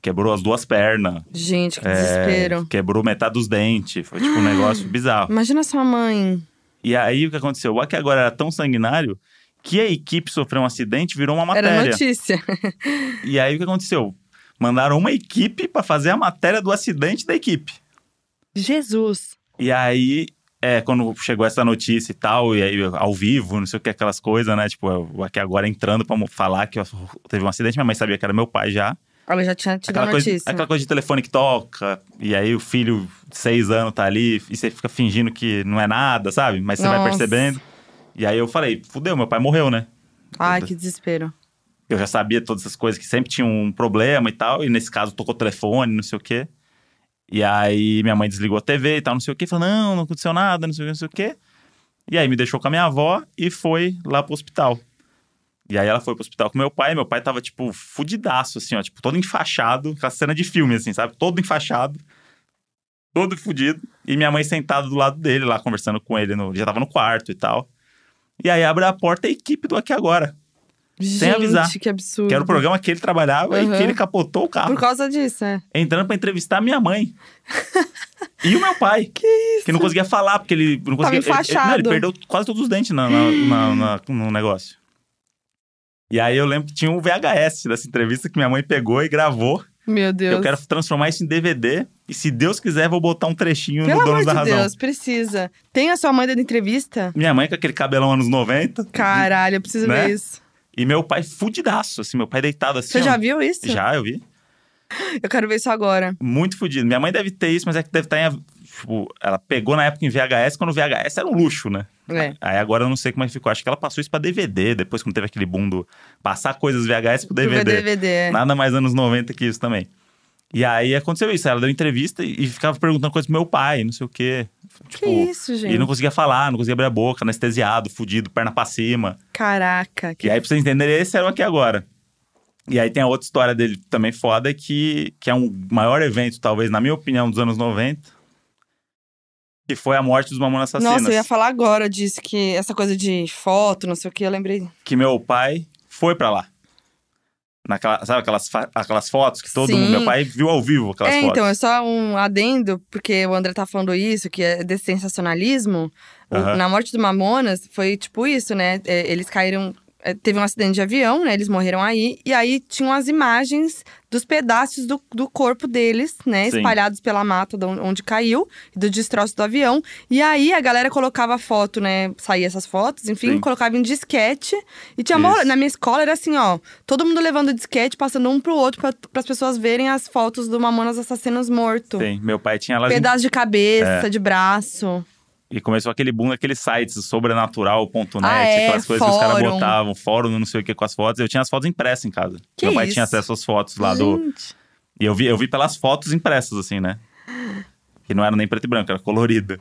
quebrou as duas pernas, Gente, que é, desespero. quebrou metade dos dentes. Foi tipo um negócio bizarro. Imagina sua mãe. E aí o que aconteceu? O Aqui Agora era tão sanguinário que a equipe sofreu um acidente e virou uma matéria. Era notícia. E aí o que aconteceu? Mandaram uma equipe pra fazer a matéria do acidente da equipe. Jesus. E aí, é, quando chegou essa notícia e tal, e aí ao vivo, não sei o que, aquelas coisas, né? Tipo, eu aqui agora entrando pra mo- falar que eu- teve um acidente, minha mãe sabia que era meu pai já. Ela já tinha tido a Aquela coisa, notícia. aquela coisa de telefone que toca, e aí o filho de seis anos tá ali, e você fica fingindo que não é nada, sabe? Mas você vai Nossa. percebendo. E aí eu falei, fudeu, meu pai morreu, né? Ai, que desespero. Eu já sabia todas essas coisas, que sempre tinha um problema e tal. E nesse caso, tocou o telefone, não sei o quê. E aí, minha mãe desligou a TV e tal, não sei o quê. Falou, não, não aconteceu nada, não sei o quê, não sei o quê. E aí, me deixou com a minha avó e foi lá pro hospital. E aí, ela foi pro hospital com meu pai. Meu pai tava, tipo, fudidaço, assim, ó. Tipo, todo enfaixado. Aquela cena de filme, assim, sabe? Todo enfaixado. Todo fudido. E minha mãe sentada do lado dele lá, conversando com ele. No... ele Já tava no quarto e tal. E aí, abre a porta a equipe do Aqui Agora. Gente, avisar. que absurdo. Que era o programa que ele trabalhava e Uhum. que ele capotou o carro. Por causa disso, é. Entrando pra entrevistar minha mãe. e o meu pai. Que isso? Que não conseguia falar, porque ele não Tava conseguia. ele- ele, não, ele enfaixado. perdeu quase todos os dentes na, na- na- na- no negócio. E aí eu lembro que tinha um VHS dessa entrevista que minha mãe pegou e gravou. Meu Deus. Eu quero transformar isso em DVD. E se Deus quiser, vou botar um trechinho Pelo no amor Donos da de Razão. Deus, precisa. Tem a sua mãe dando entrevista? Minha mãe com aquele cabelão anos 90. Caralho, eu preciso Né? ver isso. E meu pai fudidaço, assim, meu pai deitado assim. Você ó. já viu isso? Já, eu vi. Eu quero ver isso agora. muito fodido. Minha mãe deve ter isso, mas é que deve estar em. Tipo, ela pegou na época em VHS, quando o VHS era um luxo, né? É. Aí agora eu não sei como é que ficou. Acho que ela passou isso pra DVD, depois quando teve aquele boom do passar coisas VHS pro Pro DVD. DVD. é. Nada mais anos 90 que isso também. E aí aconteceu isso. Ela deu entrevista e e ficava perguntando coisas pro meu pai, não sei o quê. Tipo, Que isso, gente? E não conseguia falar, não conseguia abrir a boca, anestesiado, fudido, perna pra cima. Caraca. E Que... aí, pra vocês entenderem, esse era o aqui agora. E aí tem a outra história dele também foda, que, que é um maior evento, talvez, na minha opinião, dos anos 90. Que foi a morte dos Mamonas Assassinas. Nossa, eu ia falar agora disso, que essa coisa de foto, não sei o que, eu lembrei. Que meu pai foi pra lá. Naquela, sabe aquelas, fa- aquelas fotos que todo Sim. mundo... Meu pai viu ao vivo aquelas é, fotos. então, é só um adendo, porque o André tá falando isso, que é desse sensacionalismo. O- Aham. na morte do Mamonas, foi tipo isso, né? É, eles caíram. é, Teve um acidente de avião, né? Eles morreram aí. E aí tinham as imagens dos pedaços do, do corpo deles, né? Sim. Espalhados pela mata de on- onde caiu, do destroço do avião. E aí a galera colocava foto, né? Saía essas fotos, enfim, Sim. colocava em disquete. E tinha Isso. uma, na minha escola era assim, ó, todo mundo levando disquete, passando um pro outro para as pessoas verem as fotos do Mamonas Assassinos morto. Tem. Meu pai tinha lá Pedaço de É. cabeça, de braço. e começou aquele boom naqueles sites, sobrenatural.net, Ah, é, aquelas coisas que os caras fórum. botavam, fórum, não sei o que, com as fotos. Eu tinha as fotos impressas em casa. Que Meu pai isso? tinha acesso às fotos lá do, Gente. E eu vi, eu vi pelas fotos impressas, assim, né? Que não era nem preto e branco, era colorida.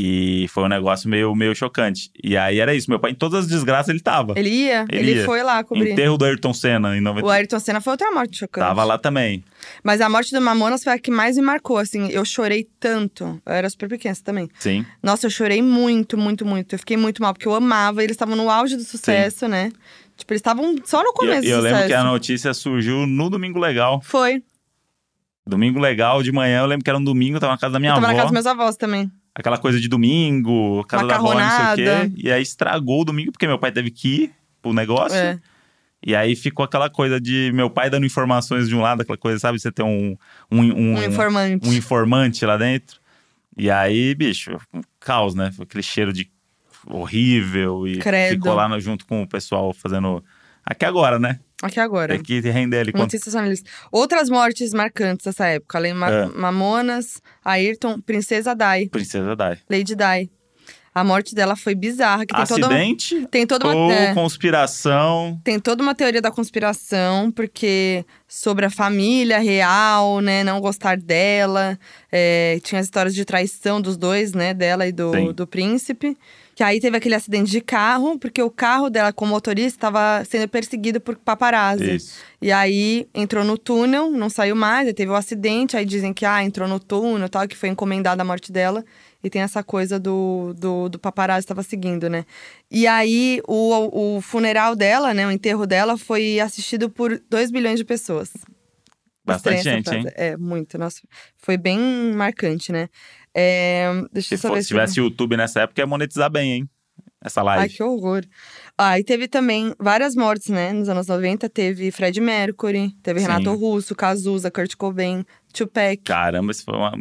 E foi um negócio meio, meio chocante. E aí era isso. Meu pai, em todas as desgraças, ele tava. Ele ia, Ele ele, ia. foi lá cobrir. Enterro do Ayrton Senna em O 90. Ayrton Senna foi outra morte chocante. Tava lá também. Mas a morte do Mamonas foi a que mais me marcou, assim. Eu chorei tanto. Eu era super pequena também. Sim. Nossa, eu chorei muito, muito, muito. Eu fiquei muito mal, porque eu amava. Eles estavam no auge do sucesso, né? Tipo, eles estavam só no E eu, começo eu do lembro é sucesso. que um a notícia surgiu no Domingo Legal. Foi. Domingo Legal de manhã, eu lembro que era um domingo, eu tava na casa da minha eu tava avó. na casa dos meus avós também. Aquela coisa de domingo, casa da avó, não sei o Macarronada. quê. E aí estragou o domingo, porque meu pai teve que ir pro negócio. É. E aí ficou aquela coisa de meu pai dando informações de um lado, aquela coisa, sabe? Você tem um, um, um, Um informante. um informante lá dentro. E aí, bicho, um caos, né? Foi Aquele cheiro de horrível e Credo. ficou lá no- junto com o pessoal fazendo. Aqui agora, né? Aqui agora. Tem que render ali. Muito Quanto... sensacionalista. Outras mortes marcantes dessa época. Além de Ma- É. Mamonas, Ayrton, Princesa Dai, Princesa Dai. Lady Dai. A morte dela foi bizarra. Que tem toda, um- Acidente tem toda uma... ou é. conspiração? Tem toda uma teoria da conspiração, porque sobre a família real, né? Não gostar dela. é, tinha as histórias de traição dos dois, né? Dela e Sim. do, do príncipe. Que aí teve aquele acidente de carro, porque o carro dela, como motorista, estava sendo perseguido por paparazzi. Isso. E aí entrou no túnel, não saiu mais, aí teve o acidente, aí dizem que ah, entrou no túnel e tal, que foi encomendada a morte dela. E tem essa coisa do, do, do paparazzi estava seguindo, né? E aí o, o funeral dela, né? O enterro dela foi assistido por 2 bilhões de pessoas. Bastante Estranha gente, essa hein? frase. É, muito. Nossa, foi bem marcante, né? É, deixa Se, eu saber fosse, tivesse YouTube nessa época, ia monetizar bem, hein? Essa live. Ai, que horror. Ah, e teve também várias mortes, né? Nos anos 90 teve Fred Mercury, teve Sim. Tá. Renato Russo, Cazuza, Kurt Cobain, Tupac. Caramba, isso foi uma.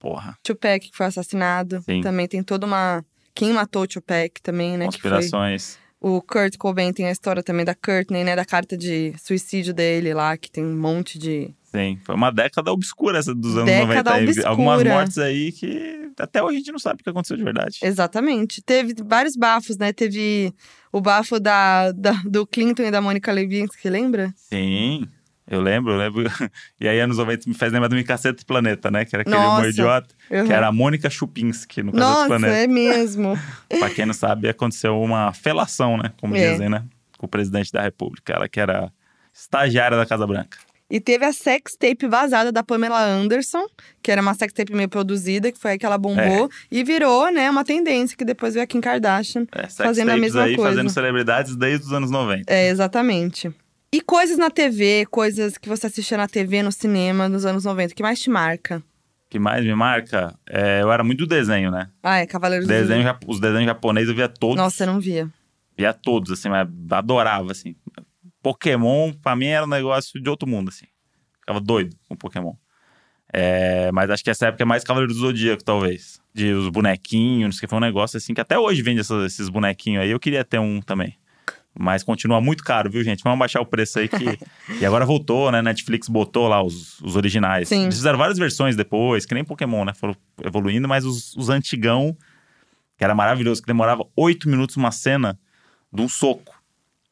Porra. Tupac que foi assassinado. Sim. Também tem toda uma... Quem matou Tupac também, né? que foi- conspirações. O Kurt Cobain tem a história também da Courtney, né? Da carta de suicídio dele lá, que tem um monte de... Sim, foi uma década obscura essa dos anos Década 90. aí. obscura. Algumas mortes aí que até hoje a gente não sabe o que aconteceu de verdade. É. Exatamente. Teve vários bafos, né? Teve o bafo da, da- do Clinton e da Mônica Lewinsky, lembra? Sim, eu lembro, eu lembro. E aí anos 90 me faz lembrar do Minha Caceta e Planeta, né? Que era aquele Nossa. humor idiota, Uhum. que era um a Mônica Chupinski no Caceta e Nossa, Planeta. é mesmo. Pra quem não sabe, aconteceu uma felação, né? Como É. dizem, né? Com o presidente da república, ela que era estagiária da Casa Branca. E teve a sex tape vazada da Pamela Anderson, que era uma sex tape meio produzida, que foi aí que ela É. bombou. E virou, né, uma tendência, que depois veio a Kim Kardashian. É, sex Fazendo a tapes mesma aí, coisa. fazendo celebridades desde os anos 90. É, exatamente. E coisas na TV, coisas que você assistia na TV, no cinema, nos anos 90, que mais te marca? O que mais me marca, é, eu era muito do desenho, né? Ah, é Cavaleiros do Desenho, Zodíaco. ja- os desenhos japoneses eu via todos. Nossa, eu não via. Via todos, assim, mas adorava, assim. Pokémon, pra mim, era um negócio de outro mundo, assim. Ficava doido com Pokémon. É, mas acho que essa época é mais Cavaleiro do Zodíaco, talvez. De os bonequinhos, não sei o que foi um negócio assim, que até hoje vende essas- esses bonequinhos aí. Eu queria ter um também. Mas continua muito caro, viu, gente? Vamos baixar o preço aí que. e agora voltou, né? Netflix botou lá os, os originais. Sim. Eles fizeram várias versões depois, que nem Pokémon, né? Foram evoluindo, mas os, os antigão, que era maravilhoso, que demorava oito minutos uma cena de um soco.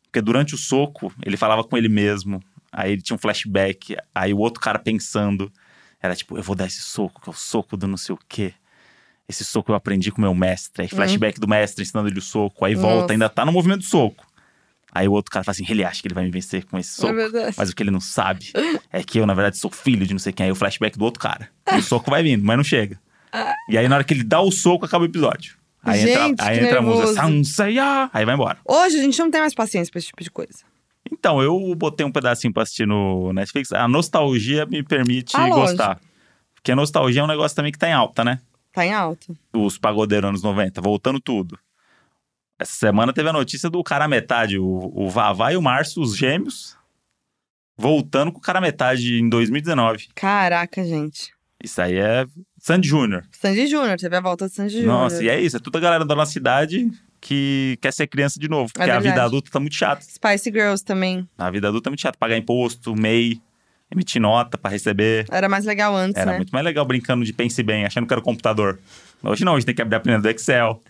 Porque durante o soco, ele falava com ele mesmo. Aí ele tinha um flashback. Aí o outro cara pensando. Era tipo, eu vou dar esse soco, que é o soco do não sei o quê. Esse soco eu aprendi com meu mestre. Aí flashback do mestre ensinando ele o soco. Aí volta, Uhum. Nossa. ainda tá no movimento do soco. Aí o outro cara fala assim, ele acha que ele vai me vencer com esse É soco. verdade. Mas o que ele não sabe é que eu, na verdade, sou filho de não sei quem. Aí o flashback do outro cara. E o soco vai vindo, mas não chega. E aí na hora que ele dá o soco, acaba o episódio. Aí Ah. Gente, entra, aí que entra a música, nervoso. "Sanseiya", aí vai embora. Hoje a gente não tem mais paciência pra esse tipo de coisa. Então, eu botei um pedacinho pra assistir no Netflix. A nostalgia me permite Ah, lógico. gostar. Porque a nostalgia é um negócio também que tá em alta, né? Tá em alta. Os pagodeiros anos 90, voltando tudo. Essa semana teve a notícia do cara à metade, o, o Vavá e o Márcio, os gêmeos, voltando com o cara à metade em 2019. Caraca, gente. Isso aí é Sandy Júnior. Sandy Júnior, teve a volta de Sandy Júnior. Nossa, e é isso. É toda a galera da nossa idade que quer ser criança de novo. Porque a vida É verdade. adulta tá muito chata. Spice Girls também. A vida adulta é muito chata. Pagar imposto, MEI, emitir nota pra receber. Era mais legal antes, Era né? muito mais legal brincando de pense bem, achando que era o computador. Mas Hoje não, hoje tem que abrir a planilha do Excel.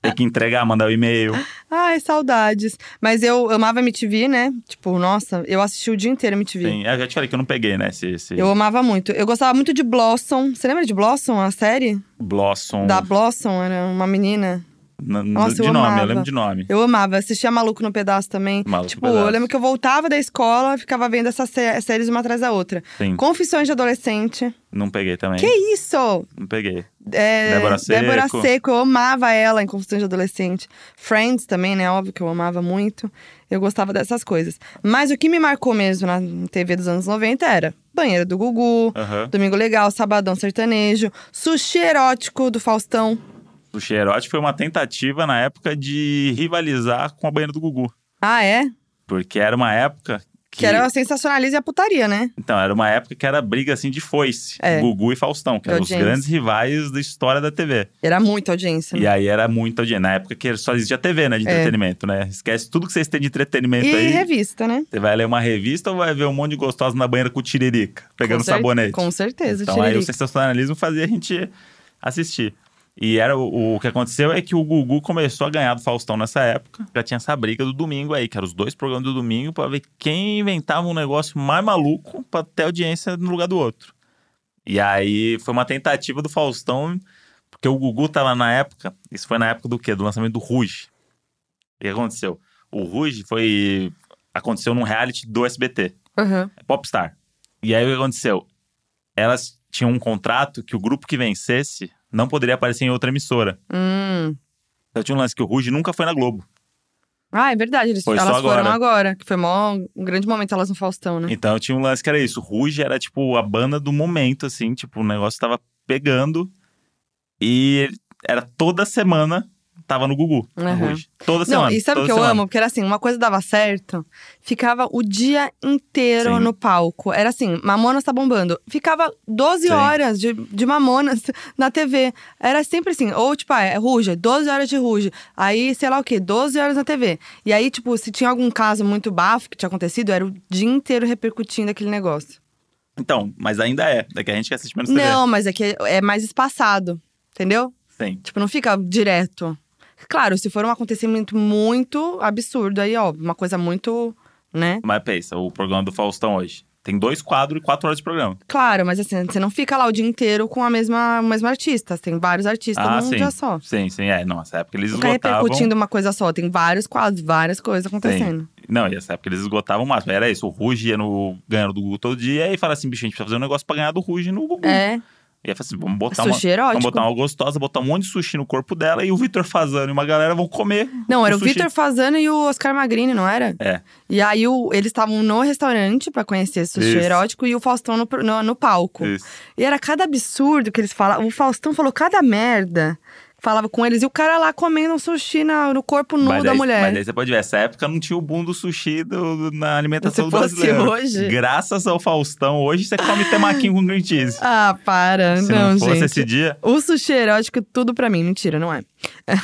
Tem que entregar, mandar o e-mail. Ah, Ai, saudades. Mas eu amava MTV, né? Tipo, nossa, eu assisti o dia inteiro MTV. Tem- Eu já te falei que eu não peguei, né? Esse, esse Eu amava muito. Eu gostava muito de Blossom. Você lembra de Blossom, a série? Hum. Blossom. Da Blossom, era uma menina. n- n- Nossa, de eu nome, eu amava. lembro de nome. Eu amava, assistia Maluco no Pedaço também. Maluco tipo, no Pedaço. eu lembro que eu voltava da escola, ficava vendo essas sé- séries uma atrás da outra. Sim. Confissões de Adolescente. Não peguei também. Que isso? Não peguei. É, Débora Seco. Débora Seco, eu amava ela em Confissões de Adolescente. Friends também, né? Óbvio que eu amava muito. Eu gostava dessas coisas. Mas o que me marcou mesmo na TV dos anos 90 era Banheira do Gugu, Aham. Domingo Legal, Sabadão Sertanejo, Sushi Erótico do Faustão. O Xerote foi uma tentativa na época de rivalizar com a banheira do Gugu. Ah, é? Porque era uma época que. Que, era o sensacionalismo e a putaria, né? Então, era uma época que era briga assim de foice. É. Gugu e Faustão, que eram os Audiência. grandes rivais da história da TV. Era muita audiência. né? E aí era muito audiência. Na época que só existia TV, né? De entretenimento, né? Esquece tudo que vocês têm de entretenimento É. E aí. revista, né? Você vai ler uma revista ou vai ver um monte de gostosos na banheira com tiririca, pegando Com cer- sabonete. Com certeza, Então aí o Tiririca. sensacionalismo fazia a gente assistir. E era o, o que aconteceu é que o Gugu começou a ganhar do Faustão nessa época. Já tinha essa briga do domingo aí, que eram os dois programas do domingo, pra ver quem inventava um negócio mais maluco pra ter audiência no lugar do outro. E aí foi uma tentativa do Faustão, porque o Gugu tava na época, isso foi na época do quê? Do lançamento do Ruge. O que aconteceu? O Ruge foi. aconteceu num reality do SBT. Aham. Popstar. E aí o que aconteceu? Elas tinham um contrato que o grupo que vencesse não poderia aparecer em outra emissora. Hum. Então tinha um lance que o Ruge nunca foi na Globo. Ah, é verdade. Eles, Foi só elas foram agora. agora. Que foi mó, um grande momento elas no Faustão, né? Então tinha um lance que era isso. O Ruge era tipo a banda do momento, assim, tipo, o negócio tava pegando. E era toda semana, tava no Gugu. o Aham. Ruge. Toda Uhum. Não, semana. e sabe o toda que eu semana. amo? Porque era assim, uma coisa dava certo, ficava o dia inteiro Sim. no palco. Era assim, Mamonas tá bombando. Ficava 12 Sim. horas de, de Mamonas na TV. Era sempre assim, ou tipo, ah, é Ruge, 12 horas de Ruge. Aí, sei lá o quê, 12 horas na TV. E aí, tipo, se tinha algum caso muito bafo que tinha acontecido, era o dia inteiro repercutindo aquele negócio. Então, mas ainda é. Daqui a gente que assiste menos TV. Não, mas é que é mais espaçado, entendeu? Sim. Tipo, não fica direto. Claro, se for um acontecimento muito absurdo, aí, ó, uma coisa muito, né? Mas pensa, o programa do Faustão hoje. Tem dois quadros e quatro horas de programa. Claro, mas assim, você não fica lá o dia inteiro com a mesma, o mesmo artista. Tem vários artistas ah, num sim. dia só. Sim, sim, é. Não, nessa época eles Fica esgotavam. repercutindo uma coisa só. Tem vários quadros, várias coisas acontecendo. Não, e essa época eles esgotavam o máximo. Era isso, o Ruge ia no, ganhando do Gugu todo dia e fala assim, bicho, a gente precisa fazer um negócio pra ganhar do Ruge no Gugu. É, E aí fala assim, vamos botar, uma, sushi erótico. vamos botar uma gostosa, botar um monte de sushi no corpo dela e o Vitor Fazano e uma galera vão comer. Não, era o, sushi. Vitor Fazano e o Oscar Magrini, não era? É. E aí o- eles estavam no restaurante pra conhecer sushi Isso. erótico e o Faustão no, pro- no- no palco. Isso. E era cada absurdo que eles falavam. O Faustão falou cada merda. Falava com eles. E o cara lá comendo um sushi na- no corpo nu Mas da daí- mulher. Mas aí você pode ver, essa época não tinha o boom do sushi do- do- na alimentação Se do fosse brasileiro. hoje. Graças ao Faustão, hoje você come temaquinho com green cheese. Ah, para. Se não, não fosse gente. esse dia... O sushi erótico, tudo pra mim. Mentira, não é.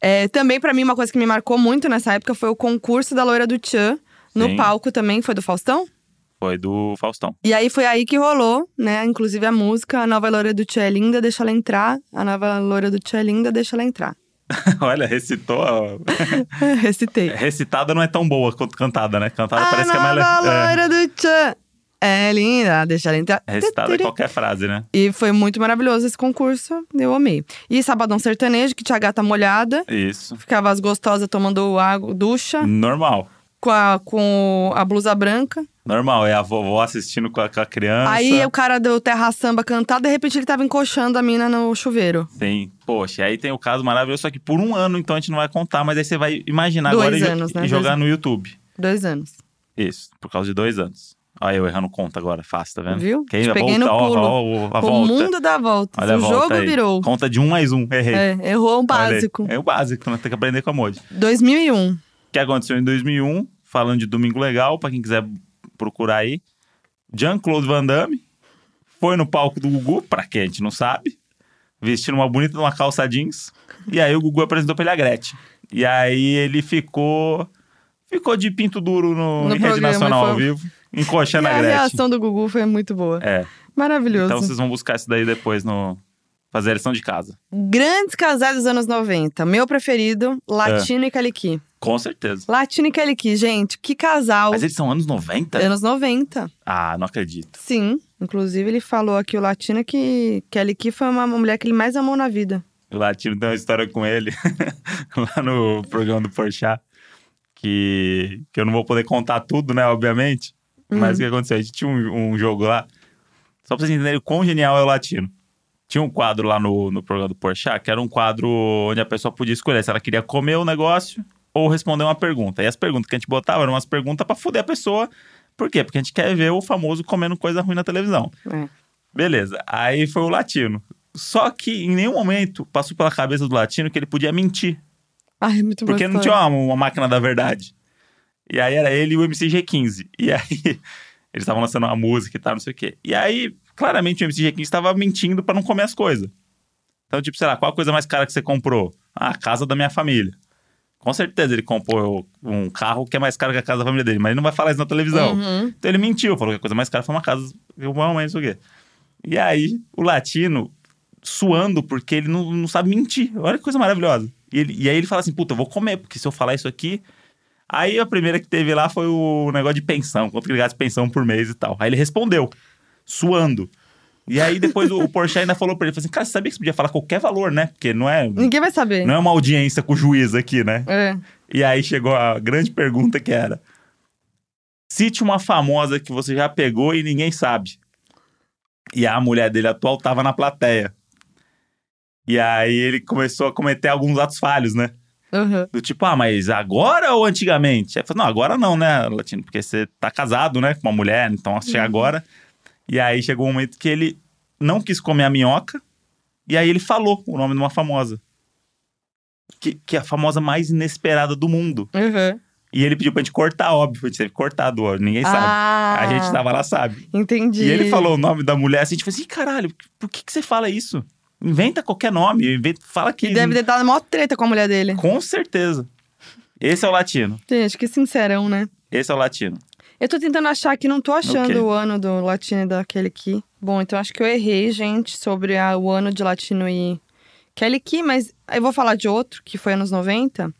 É, Também pra mim, uma coisa que me marcou muito nessa época foi o concurso da loira do Tchan. No Sim. palco também, foi do Faustão? Foi do Faustão. E aí foi aí que rolou, né? Inclusive a música, a nova loira do Tchê é linda, deixa ela entrar. A nova loira do Tchê é linda, deixa ela entrar. Olha, recitou... ó. Recitei. Recitada não é tão boa quanto cantada, né? Cantada a parece que é nova mais... le- é. loira do Tchê é linda, deixa ela entrar. Recitada é qualquer frase, né? E foi muito maravilhoso esse concurso, eu amei. E Sabadão Sertanejo, que tinha a gata molhada. Isso. Ficava as gostosas tomando água, ducha, Normal. com a, com a blusa branca. Normal. É a vovó assistindo com a, com a criança. Aí o cara do Terra Samba cantar, de repente ele tava encoxando a mina no chuveiro. Tem, poxa, aí tem o caso maravilhoso, só que por um ano, então a gente não vai contar, mas aí você vai imaginar Dois agora e jo- anos, e, né? jogar Dois- no YouTube. Dois anos. Isso, por causa de dois anos. Olha, eu errando conta agora, fácil, tá vendo? Viu? Quem Te vai peguei voltar, no ó, pulo. ó, ó, a o volta. mundo dá voltas. Olha a o volta jogo aí. virou. Conta de um mais um, errei. É, errou um Olha aí. básico. É o básico, né? Tem que aprender com a mod. 2001. O que aconteceu em 2001, falando de Domingo Legal, pra quem quiser procurar aí. Jean-Claude Van Damme foi no palco do Gugu, pra quem a gente não sabe, vestindo uma bonita de uma calça jeans. E aí o Gugu apresentou pra ele a Gretchen. E aí ele ficou. Ficou de pinto duro no, No em rede programa, nacional ao foi- um vivo, encoxando e a a Gretchen. reação do Gugu foi muito boa. É. Maravilhoso. Então vocês vão buscar isso daí depois no. Fazer a lição de casa. Grandes casais dos anos 90. Meu preferido, É. Latino e Caliqui. Com certeza. Latino e Caliqui, gente, que casal. Mas tá- eles são anos 90? Anos 90. Ah, não acredito. Sim. Inclusive, ele falou aqui, o Latino, que Caliqui foi uma mulher que ele mais amou na vida. O Latino tem uma história com ele lá no programa do Porchat, que, que eu não vou poder contar tudo, né, obviamente. Mas o que aconteceu? A gente tinha um, um jogo lá, só pra vocês entenderem o quão genial é o Latino. Tinha um quadro lá no, no programa do Porchat, que era um quadro onde a pessoa podia escolher se ela queria comer o negócio ou responder uma pergunta. E as perguntas que a gente botava eram umas perguntas pra foder a pessoa. Por quê? Porque a gente quer ver o famoso comendo coisa ruim na televisão. É. Beleza, aí foi o latino. Só que em nenhum momento passou pela cabeça do latino que ele podia mentir. Ai, muito boa Porque não tinha história. uma, uma máquina da verdade. E aí era ele e o MC G15. E aí eles estavam lançando uma música e tal, não sei o quê. E aí, claramente, o MC G15 estava mentindo pra não comer as coisas. Então, tipo, sei lá, qual a coisa mais cara que você comprou? Ah, a casa da minha família. Com certeza ele comprou um carro que é mais caro que a casa da família dele, mas ele não vai falar isso na televisão. Uhum. Então ele mentiu, falou que a coisa mais cara foi uma casa, uma mãe, não sei o quê. E aí, o latino suando porque ele não, não sabe mentir. Olha que coisa maravilhosa. E, ele- e aí ele fala assim: puta, eu vou comer, porque se eu falar isso aqui. Aí a primeira que teve lá foi o negócio de pensão, quanto que ele gasta de pensão por mês e tal. Aí ele respondeu, suando. E aí depois o, o Porsche ainda falou pra ele: falou assim, cara, você sabia que você podia falar qualquer valor, né? Porque não é, Ninguém vai saber. não é uma audiência com o juiz aqui, né? É. E aí chegou a grande pergunta que era: cite uma famosa que você já pegou e ninguém sabe. E a mulher dele atual tava na plateia. E aí ele começou a cometer alguns atos falhos, né? Uhum. Do tipo, ah, mas agora ou antigamente? Aí eu falei, não, agora não, né, Latino? Porque você tá casado, né, com uma mulher, então chega Uhum. agora. E aí chegou um momento que ele não quis comer a minhoca, e aí ele falou o nome de uma famosa. Que, que é a famosa mais inesperada do mundo. Uhum. E ele pediu pra gente cortar, óbvio. A gente teve que cortar do óbvio, ninguém sabe. Ah, A gente tava lá, sabe. Entendi. E ele falou o nome da mulher assim, a gente falou assim, caralho, por que, que você fala isso? Inventa qualquer nome, inventa, fala que... E deve ter dado maior treta com a mulher dele. Com certeza. Esse é o latino, Gente, que sincerão, né? esse é o latino. Eu tô tentando achar aqui, não tô achando Ok. o ano do latino e daquele que. Bom, então acho que eu errei, gente, sobre a- o ano de latino e Kelly Key, mas eu vou falar de outro, que foi anos 90.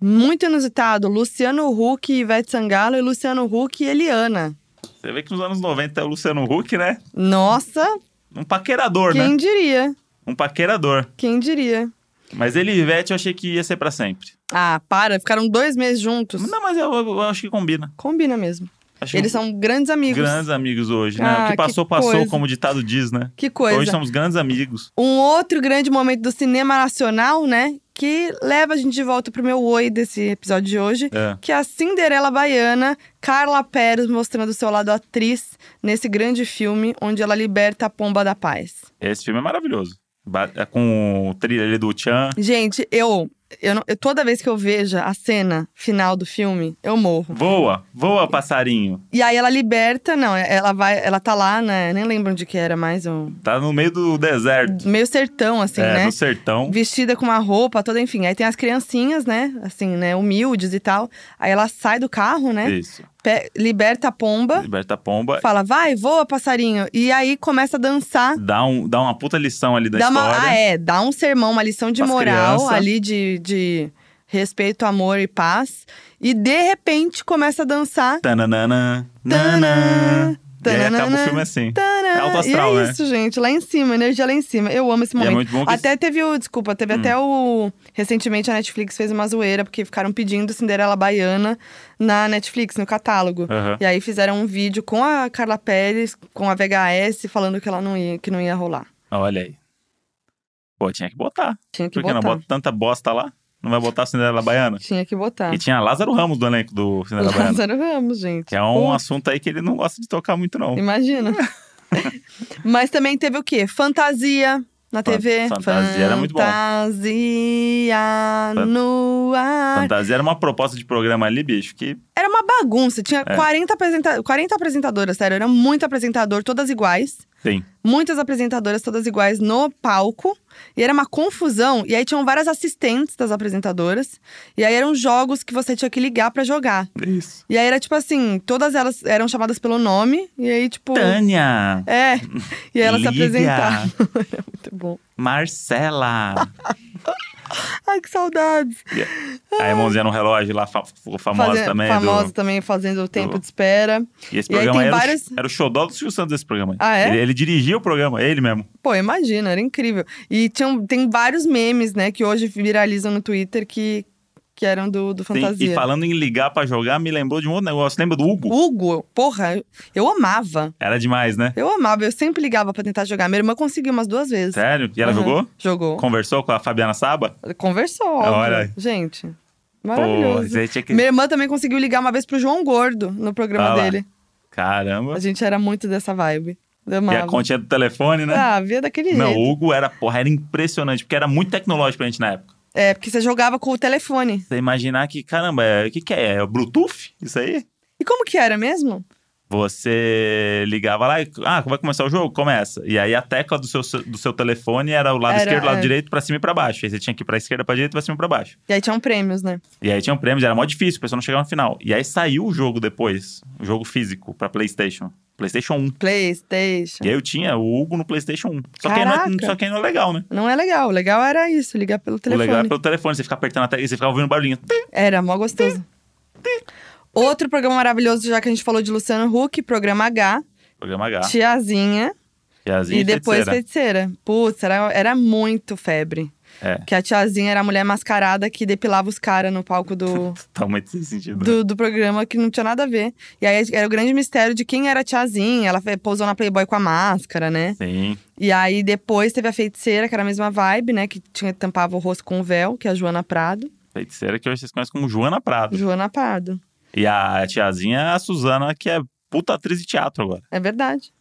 Muito inusitado, Luciano Huck e Ivete Sangalo e Luciano Huck e Eliana. Você vê que nos anos 90 é o Luciano Huck, né? Nossa, Um paquerador, quem né? diria? Um paquerador. Quem diria? Mas ele e Ivete eu achei que ia ser pra sempre. Ah, para, ficaram dois meses juntos. Não, mas eu, eu acho que combina. Combina mesmo. Acho que Eles são grandes amigos. grandes amigos hoje, né? Ah, o que que passou, passou, coisa. como o ditado diz, né? Que coisa. Hoje somos grandes amigos. Um outro grande momento do cinema nacional, né? Que leva a gente de volta pro meu oi desse episódio de hoje. É. Que é a Cinderela Baiana, Carla Pérez mostrando o seu lado atriz nesse grande filme, onde ela liberta a pomba da paz. Esse filme é maravilhoso. Ba- é Com o trilha ali do Tchan. Gente, eu, eu, não- eu- toda vez que eu vejo a cena final do filme, eu morro. Voa, voa, passarinho. E aí ela liberta, não, ela vai, ela tá lá, né? Nem lembro onde que era mais, um Tá no meio do deserto. meio sertão assim, é, né? no sertão. vestida com uma roupa toda, enfim. Aí tem as criancinhas, né? Assim, né? Humildes e tal. Aí ela sai do carro, né? Isso. Pe- liberta a pomba, Liberta a pomba. fala, vai, voa, passarinho. E aí começa a dançar. Dá, um, dá uma puta lição ali da dá história. uma, ah, é, dá um sermão, uma lição de Pras moral criança. ali de, de respeito, amor e paz. E de repente começa a dançar. Tananana, nanã. Tanã, E aí tananana, acaba o filme assim. Tcharam! É alto astral, e é né? isso, gente. Lá em cima, energia lá em cima. Eu amo esse E é momento. muito bom que- Hum. Até teve o. Desculpa, teve até o. Recentemente a Netflix fez uma zoeira, porque ficaram pedindo Cinderela Baiana na Netflix, no catálogo. Aham. E aí fizeram um vídeo com a Carla Pérez, com a VHS, falando que ela não ia, que não ia rolar. Ah, Olha aí. Pô, tinha que botar. Tinha que Por que não botar. bota tanta bosta lá? Não vai botar a Cinderela Baiana? Tinha que botar. E tinha Lázaro Ramos do elenco do Cinderela Baiana. Ah. Lázaro Ramos, gente. Que é um Pô, assunto aí que ele não gosta de tocar muito, não. Imagina. Mas também teve o quê? Fantasia. na TV. Fantasia era muito bom. Fantasia no ar. Fantasia era uma proposta de programa ali, bicho, que Era uma bagunça. Tinha É. 40, apresenta 40 apresentadoras, sério. Era muito apresentador, todas iguais. tem. Muitas apresentadoras, todas iguais, no palco. E era uma confusão. E aí tinham várias assistentes das apresentadoras. E aí eram jogos que você tinha que ligar pra jogar. Isso. E aí era tipo assim: todas elas eram chamadas pelo nome. E aí, tipo. Tânia, É. E aí elas se Lívia. apresentavam. era muito bom. Marcela. Ai, que saudades. a mãozinha no relógio lá, fa- ficou famosa Faze- também. Famosa Do... também, fazendo o tempo de espera. E esse E aí programa tem era, várias- o... era o xodó do Silvio Santos, esse programa. Ah, é? ele, ele dirigia o programa, ele mesmo. Pô, imagina, era incrível. E tinham, tem vários memes, né, que hoje viralizam no Twitter que, que eram do, do Tem- Fantasia. E falando em ligar pra jogar, me lembrou de um outro negócio. Lembra do Hugo? Hugo, porra, eu amava. Era demais, né? Eu amava, eu sempre ligava pra tentar jogar. Minha irmã conseguiu umas duas vezes. Sério? E ela Aham, jogou? Jogou. Conversou com a Fabiana Saba? Conversou, óbvio. Olha. Gente, Pô, maravilhoso. você tinha que... Minha irmã também conseguiu ligar uma vez pro João Gordo no programa Ah lá. dele. Caramba. A gente era muito dessa vibe. Eu E amava. a continha do telefone, né? Ah, via daquele Não, jeito. o Hugo era, porra, era impressionante, porque era muito tecnológico pra gente na época. É, porque você jogava com o telefone. Você imaginar que, caramba, é- o que, que é? É o Bluetooth? Isso aí? E como que era mesmo? Você ligava lá e, ah, vai começar o jogo? Começa. E aí a tecla do seu, do seu telefone era o lado Era, esquerdo, lado é. direito, pra cima e pra baixo. Aí você tinha que ir pra esquerda, pra direita, pra cima e pra baixo. E aí tinham prêmios, né? E aí tinha um prêmio, era mó difícil, o pessoal não chegava no final. E aí saiu o jogo depois, o jogo físico, pra PlayStation. PlayStation 1. Playstation. E aí eu tinha o Hugo no PlayStation 1. Só que, aí não é, Caraca. só que aí não é legal, né? Não é legal. O legal era isso, ligar pelo O telefone. legal é pelo telefone, você ficar apertando a tecla e você ficava ouvindo o barulhinho. Era mó gostoso. Outro programa maravilhoso, já que a gente falou de Luciano Huck, programa H, Programa H. Tiazinha Tá. Tiazinha e depois feiticeira. Feiticeira. Putz, era, era muito febre. É. Que a Tiazinha era a mulher mascarada que depilava os caras no palco do, Totalmente sem Tá sentido. né? do, do programa, que não tinha nada a ver. E aí era o grande mistério de quem era a Tiazinha. Ela fe- pousou na Playboy com a máscara, né? Sim. E aí depois teve a feiticeira, que era a mesma vibe, né? Que tinha, tampava o rosto com um véu, que é a Joana Prado. Feiticeira que hoje vocês conhecem como Joana Prado. Joana Prado. E a tiazinha é a Suzana, que é puta atriz de teatro agora. É verdade.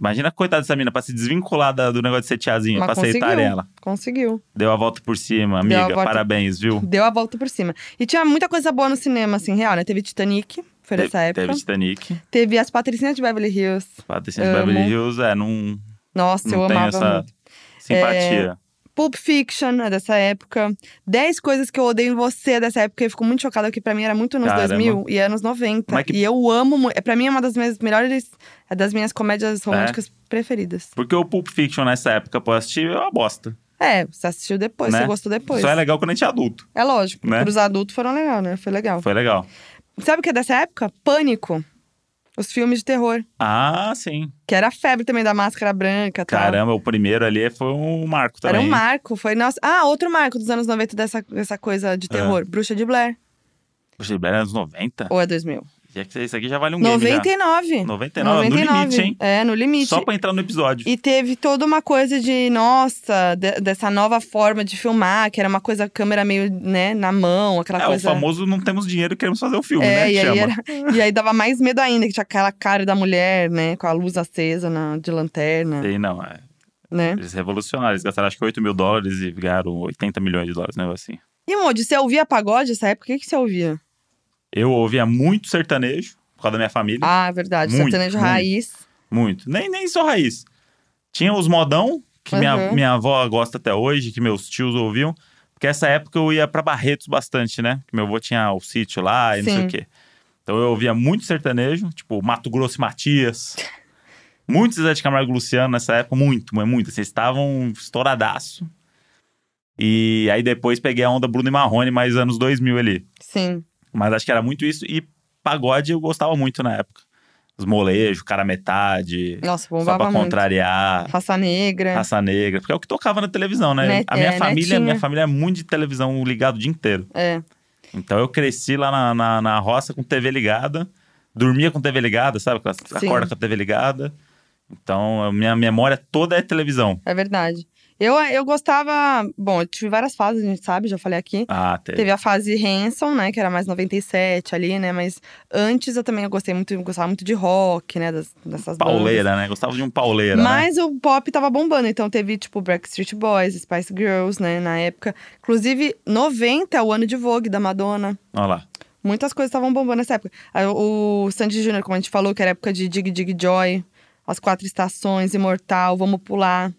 Imagina, coitada dessa mina, pra se desvincular da- do negócio de ser tiazinha, Mas pra aceitarem conseguiu. ela. Conseguiu. Deu a volta por cima, Deu a amiga. volta- Parabéns, viu? Deu a volta por cima. E tinha muita coisa boa no cinema, assim, real, né? Teve Titanic, foi Teve- dessa época. Teve Teve... Titanic, as Patricinhas de Beverly Hills. Patricinha de Amo. Beverly Hills, é, não, Nossa, eu não tem amava essa muito. simpatia. Pulp Fiction é dessa época. 10 coisas que eu odeio em você é dessa época. Eu fico muito chocada, porque pra mim era muito anos Caramba. 2000 e anos 90. Como é que- E eu amo muito. Pra mim é uma das minhas melhores. É das minhas comédias românticas preferidas. Porque o Pulp Fiction nessa época, pô, eu assisti, é uma bosta. É, você assistiu depois, Né? você gostou depois. Só é legal quando a gente é adulto. É lógico, Né? pros adultos foram legal, né? Foi legal. Foi legal. Sabe o que é dessa época? Pânico. Os filmes de terror. Ah, sim. Que era a febre também da máscara branca. e tal. Caramba, o primeiro ali foi um marco também. Tá. Era um hein? marco, foi nossa. Ah, outro marco dos anos 90 dessa, dessa coisa É. de terror. Bruxa de Blair. Poxa, era anos 90? Ou é 2000? Já que isso aqui já vale um game já. 99. 99, no limite, hein? É, no limite. Só pra entrar no episódio. E teve toda uma coisa de, nossa, de- dessa nova forma de filmar, que era uma coisa, câmera meio, né, na mão, aquela é, coisa. o famoso não temos dinheiro e queremos fazer o filme, É, né? e, que aí chama. era- e aí dava mais medo ainda, que tinha aquela cara da mulher, né? Com a luz acesa na- de lanterna, Sei, não, é. né? Eles revolucionaram. Eles gastaram acho que 8 mil dólares e ganharam 80 milhões de dólares, um negócio assim. E, Moody, você ouvia pagode essa época? O que, que você ouvia? Eu ouvia muito sertanejo, por causa da minha família. Ah, é verdade. Muito, sertanejo muito. raiz. Muito. Nem, nem só raiz. Tinha os modão, que minha, Uhum. minha avó gosta até hoje, que meus tios ouviam. Porque essa época eu ia pra Barretos bastante, né? Que meu avô tinha o sítio lá e não sei Sim. o quê. Então eu ouvia muito sertanejo, tipo Mato Grosso e Matias. Muito Zé de Camargo e Luciano nessa época, muito, mas muito. Assim, eles estavam estouradaço. E aí depois peguei a onda Bruno e Marrone, mais anos 2000 ali. Sim. Mas acho que era muito isso. E pagode eu gostava muito na época. Os molejos, cara à metade. Nossa, Só bombava pra muito. contrariar Raça negra. raça negra. Porque é o que tocava na televisão, né? Né- a minha é, família, netinha. minha família é muito de televisão ligado o dia inteiro. É. Então eu cresci lá na, na, na roça com TV ligada, dormia com TV ligada, sabe? Com a- Sim. Acorda com a TV ligada. Então, a minha memória toda é televisão. É verdade. Eu, eu gostava. Bom, eu tive várias fases, a gente sabe, já falei aqui. Ah, teve. Teve a fase Hanson, né? Que era mais 97 ali, né? Mas antes eu também gostei muito, eu gostava muito de rock, né? Das, dessas bandas. Pauleira, né? Gostava de um pauleira, né? Mas o pop tava bombando, então teve, tipo, Backstreet Boys, Spice Girls, né? Na época. Inclusive, 90 é o ano de Vogue da Madonna. Olha lá. Muitas coisas estavam bombando nessa época. Aí O o Sandy Júnior, como a gente falou, que era a época de Dig Dig Joy, As Quatro Estações, Imortal, Vamos Pular.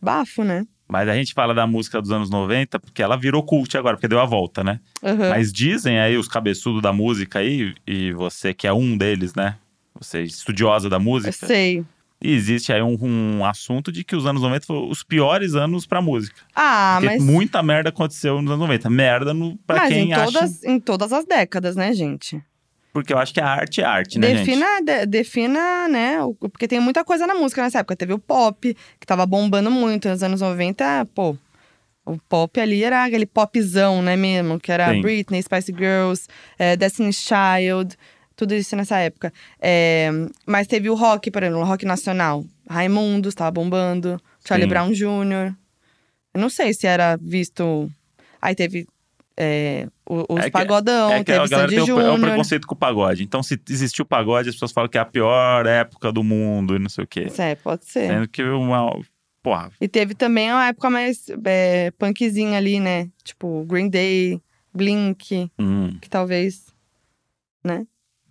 Bafo, né? Mas a gente fala da música dos anos 90 porque ela virou cult agora, porque deu a volta, né? Aham. Mas dizem aí os cabeçudos da música aí, e você que é um deles, né? Você é estudiosa da Eu música. sei. E existe aí um, um assunto de que os anos 90 foram os piores anos pra música. Ah, porque mas. muita merda aconteceu nos anos 90. Merda no, pra mas quem em acha. todas, em todas as décadas, né, gente? Porque eu acho que a arte é arte, né, gente? defina, de- defina, né? o- Porque tem muita coisa na música nessa época. Teve o pop, que tava bombando muito nos anos 90, pô. O pop ali era aquele popzão, né, mesmo? Que era Sim. Britney, Spice Girls, eh, Destiny's Child, tudo isso nessa época. Eh, mas teve o rock, por exemplo, o rock nacional. Raimundos tava bombando, Charlie Sim. Brown Jr. Eu não sei se era visto. Aí teve eh, o- os É que- pagodão, é que a teve galera Sandy tem um, é um Júnior. preconceito com o pagode. Então, se existiu o pagode, as pessoas falam que é a pior época do mundo e não sei o quê. É, pode ser. Sendo que uma. Porra, E teve também uma época mais é, punkzinha ali, né? Tipo, Green Day, Blink, hum, que talvez.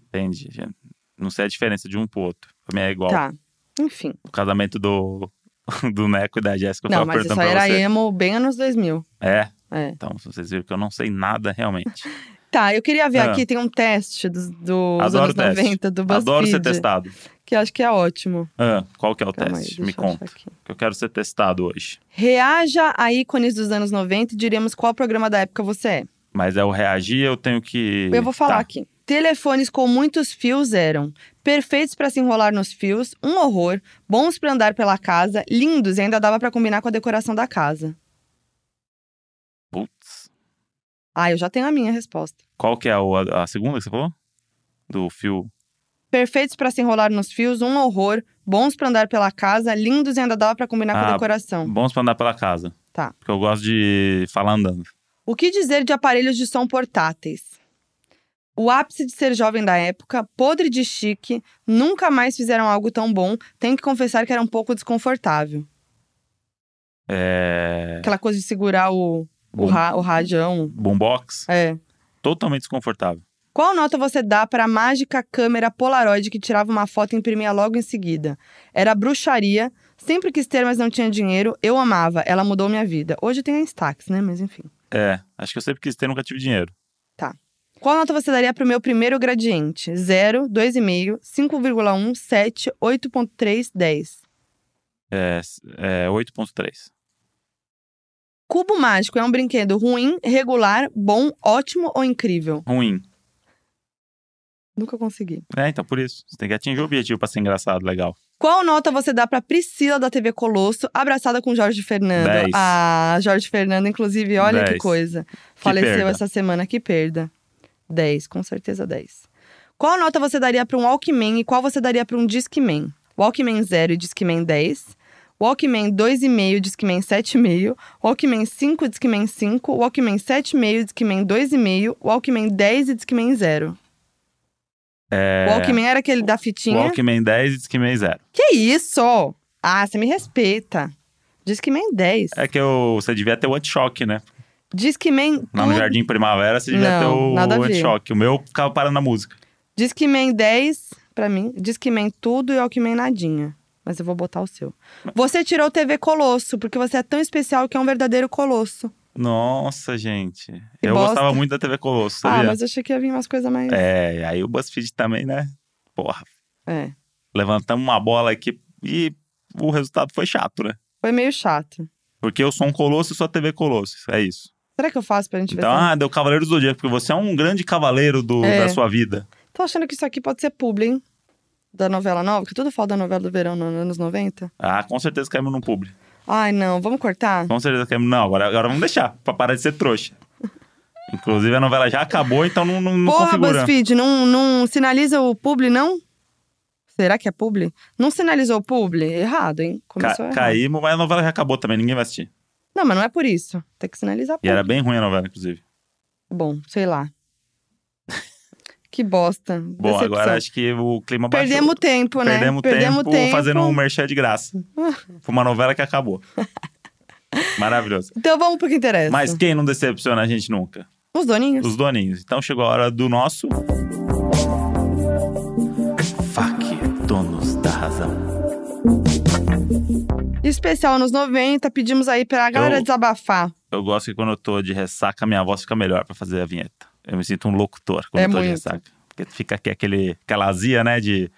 entendi. gente. Não sei a diferença de um pro outro. Pra mim é igual. Tá. Enfim. O casamento do, do Neco e da Jéssica, eu não, tava mas isso perguntando aí pra era você. emo bem anos 2000. É, É. então vocês viram que eu não sei nada realmente. Tá, eu queria ver Ah. aqui, tem um teste dos, dos Adoro anos teste. 90 do BuzzFeed. Adoro ser testado. Que eu acho que é ótimo. Ah, qual que é o Calma aí, teste? Me deixa eu achar conta. aqui. Que eu quero ser testado hoje. Reaja a ícones dos anos 90 e diremos qual programa da época você é. Mas é o reagir, eu tenho que. Eu vou falar Tá. aqui. Telefones com muitos fios eram perfeitos para se enrolar nos fios, um horror, bons para andar pela casa, lindos e ainda dava para combinar com a decoração da casa. Putz. Ah, eu já tenho a minha resposta. Qual que é o- a, a segunda que você falou? Do fio. Perfeitos para se enrolar nos fios, um horror, bons para andar pela casa, lindos e ainda dava para combinar com a Ah. decoração. Bons pra andar pela casa. Tá. Porque eu gosto de falar andando. O que dizer de aparelhos de som portáteis? O ápice de ser jovem da época, podre de chique, nunca mais fizeram algo tão bom, tenho que confessar que era um pouco desconfortável. É. Aquela coisa de segurar o, o, Bom- ra, o radião. Boombox. É. Totalmente desconfortável. Qual nota você dá para a mágica câmera Polaroid que tirava uma foto e imprimia logo em seguida? Era bruxaria, sempre quis ter, mas não tinha dinheiro. Eu amava, ela mudou minha vida. Hoje tem a Instax, né? Mas enfim. É. Acho que eu sempre quis ter, nunca tive dinheiro. Qual nota você daria para o meu primeiro gradiente? 0, 2,5, 5,1, 7, 8,3, 10. É, s- é 8.3. Cubo mágico é um brinquedo ruim, regular, bom, ótimo ou incrível? Ruim. Nunca consegui. É, então por isso. Você tem que atingir o objetivo pra ser engraçado, legal. Qual nota você dá pra Priscila da TV Colosso, abraçada com Jorge Fernando? Dez. Ah, Jorge Fernando, inclusive, olha que Dez. coisa. Faleceu perda. essa semana, que perda. 10, com certeza 10. Qual nota você daria pra um Walkman e qual você daria pra um Discman? Walkman 0 e Discman 10. Walkman 2,5, Discman 7,5. Walkman 5, Discman 5. Walkman 7,5, Discman 2,5. Walkman 10 e Discman 0. É... Walkman era aquele da fitinha? Walkman 10 e Discman 0. Que isso? Ah, você me respeita. Diz que em 10. É que eu, você devia ter o anti-choque, né? Diz que em Lá no Jardim Primavera, você devia Não, nada ter a o ver. anti-choque. O meu ficava parando na música. Diz que em 10, pra mim. Diz que em tudo e Alckmin nadinha. Mas eu vou botar o seu. Você tirou o TV Colosso, porque você é tão especial que é um verdadeiro colosso. Nossa, gente. Que eu bosta. gostava muito da TV Colosso, sabia? Ah, mas eu achei que ia vir umas coisas mais. É, aí o BuzzFeed também, né? Porra, É. levantamos uma bola aqui e o resultado foi chato, né? Foi meio chato. Porque eu sou um colosso e sou a TV Colosso, é isso. Será que eu faço pra gente ver? Então, se- ah, deu Cavaleiro do Zodíaco, porque você é um grande cavaleiro do, É. da sua vida. Tô achando que isso aqui pode ser publi, hein? Da novela nova, que tudo fala da novela do verão nos anos 90. Ah, com certeza caímos num publi. Ai, não, vamos cortar? Com certeza caímos. Não, agora, agora vamos deixar, pra parar de ser trouxa. Inclusive, a novela já acabou, então não, não, não Porra, configura. BuzzFeed, não, não sinaliza o publi, não? Será que é publi? Não sinalizou publi? Errado, hein? Ca Começou errado. caímos, mas a novela já acabou também, ninguém vai assistir. Não, mas não é por isso. Tem que sinalizar E publi. era bem ruim a novela, inclusive. Bom, sei lá. que bosta. Bom, Decepção. agora acho que o clima baixou. Perdemos tempo, né? Perdemos, tempo, fazendo um merchan de graça. Foi uma novela que acabou. Maravilhoso. Então vamos pro que interessa. Mas quem não decepciona a gente nunca? Os doninhos. Os doninhos. Então chegou a hora do nosso. Fuck, donos da razão. Especial nos 90, pedimos aí pra galera Eu- desabafar. Eu gosto que quando eu tô de ressaca, minha voz fica melhor pra fazer a vinheta. Eu me sinto um locutor quando É eu tô de muito. ressaca. Porque fica aqui aquele, aquela azia, né? De,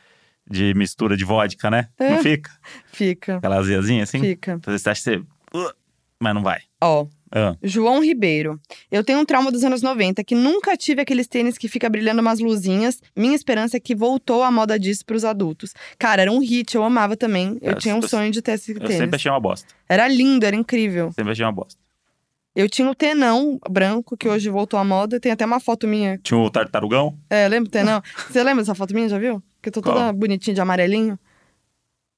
de mistura de vodka, né? Não É. fica? Fica, Aquela aziazinha assim. fica. Então você acha que você. "Uh", Mas não vai. Ó, Ah, João Ribeiro. Eu tenho um trauma dos anos 90, que nunca tive aqueles tênis que fica brilhando umas luzinhas. Minha esperança é que voltou a moda disso pros adultos. Cara, era um hit, eu amava também. Eu Eu- tinha um eu- sonho de ter esse eu tênis. sempre achei uma bosta. Era lindo, era incrível. Sempre achei uma bosta. Eu tinha o tenão branco, que hoje voltou à moda. Tem até uma foto minha. Tinha o tartarugão? É, lembra o tenão? Você lembra dessa foto minha, já viu? Que eu tô toda Qual? bonitinha de amarelinho.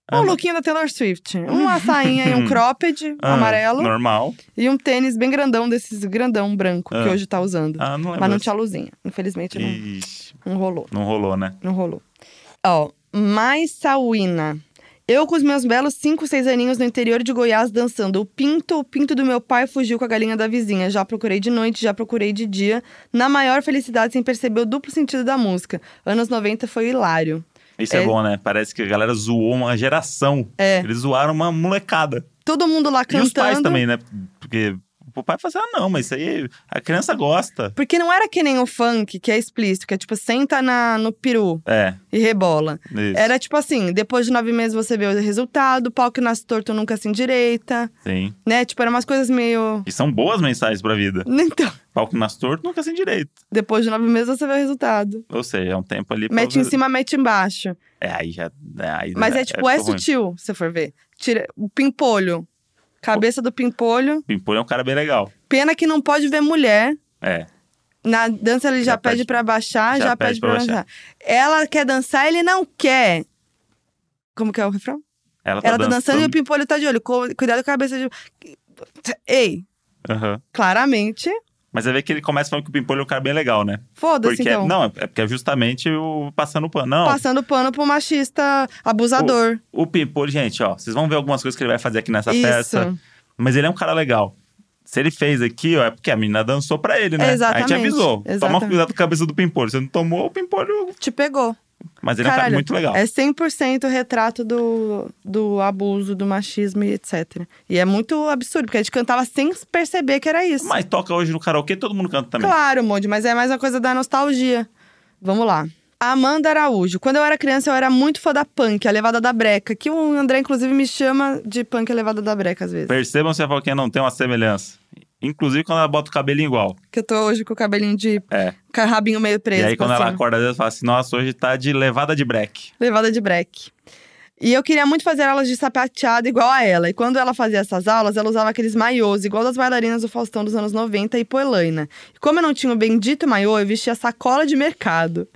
Um Ah, lookinho da Taylor Swift. Uma sainha e um cropped ah, amarelo. Normal. E um tênis bem grandão, desses grandão branco Ah. que hoje tá usando. Ah, não lembro. Mas não dessa. tinha luzinha. Infelizmente, não, Ixi, não rolou. não rolou, né? Não rolou. Ó, mais Sauína. Eu com os meus belos 5, 6 aninhos no interior de Goiás dançando o pinto, o pinto do meu pai fugiu com a galinha da vizinha. Já procurei de noite, já procurei de dia. Na maior felicidade, sem perceber o duplo sentido da música. Anos 90 foi hilário. Isso é... É. bom, né? Parece que a galera zoou uma geração. É. Eles zoaram uma molecada. Todo mundo lá E os pais cantando. também, né? Porque o pai fala assim, ah, não, mas isso aí a criança gosta. Porque não era que nem o funk, que é explícito, que é tipo, senta na, no peru É, e rebola. isso. Era tipo assim, depois de nove meses você vê o resultado, pau que nasce torto nunca se endireita, Sim. né? Tipo, eram umas coisas meio. E são boas mensagens pra vida. Então, Palco nasce torto, nunca sem direito. depois de nove meses você vê o resultado. Ou seja, é um tempo ali... pra Mete em você- cima, mete embaixo. É, aí já... é, aí, Mas né, é tipo, é ficou ruim. sutil, se for ver. Tira o pimpolho. Cabeça do pimpolho. Pimpolho é um cara bem legal. Pena que não pode ver mulher. É. Na dança ele já, Já pede, pede- pra baixar, já, pede, pra baixar. Ela quer dançar, ele não quer. Como que é o refrão? Ela tá Ela tá dançando, dançando. e o pimpolho tá de olho. Co- Cuidado com a cabeça de. Ei, Aham. claramente. Mas aí vê que ele começa falando que o Pimpolho é um cara bem legal, né? Foda-se, Porque é- então. não, é porque é justamente o passando pano. Não, Passando pano pro machista abusador. o Pimpolho, gente, ó, vocês vão ver algumas coisas que ele vai fazer aqui nessa Isso. festa, mas ele é um cara legal. Se ele fez aqui, ó, é porque a menina dançou pra ele, né? Exatamente, A gente avisou. Toma exatamente. cuidado com a cabeça do Pimpolho. Você não tomou o Pimpolho, Te pegou. mas ele é um cara Caralho, muito legal. É 100% retrato do, do abuso, do machismo e etc. E é muito absurdo, porque a gente cantava sem perceber que era isso. Mas toca hoje no karaokê, todo mundo canta também. Claro, Monde, mas é mais uma coisa da nostalgia. Vamos lá. Amanda Araújo. Quando eu era criança, eu era muito fã da punk, a levada da breca. Que o André, inclusive, me chama de punk a levada da breca, às vezes. Percebam se a Foquinha não tem uma semelhança. Inclusive quando ela bota o cabelinho igual. Que eu tô hoje com o cabelinho de... É. com o rabinho meio preso e aí quando pra ela cima. acorda, às vezes fala assim, nossa, hoje tá de levada de break. Levada de break. E eu queria muito fazer aulas de sapateado igual a ela. E quando ela fazia essas aulas, ela usava aqueles maiôs, igual das bailarinas do Faustão dos anos 90 e Poelaina. E como eu não tinha o bendito maiô, eu vestia sacola de mercado.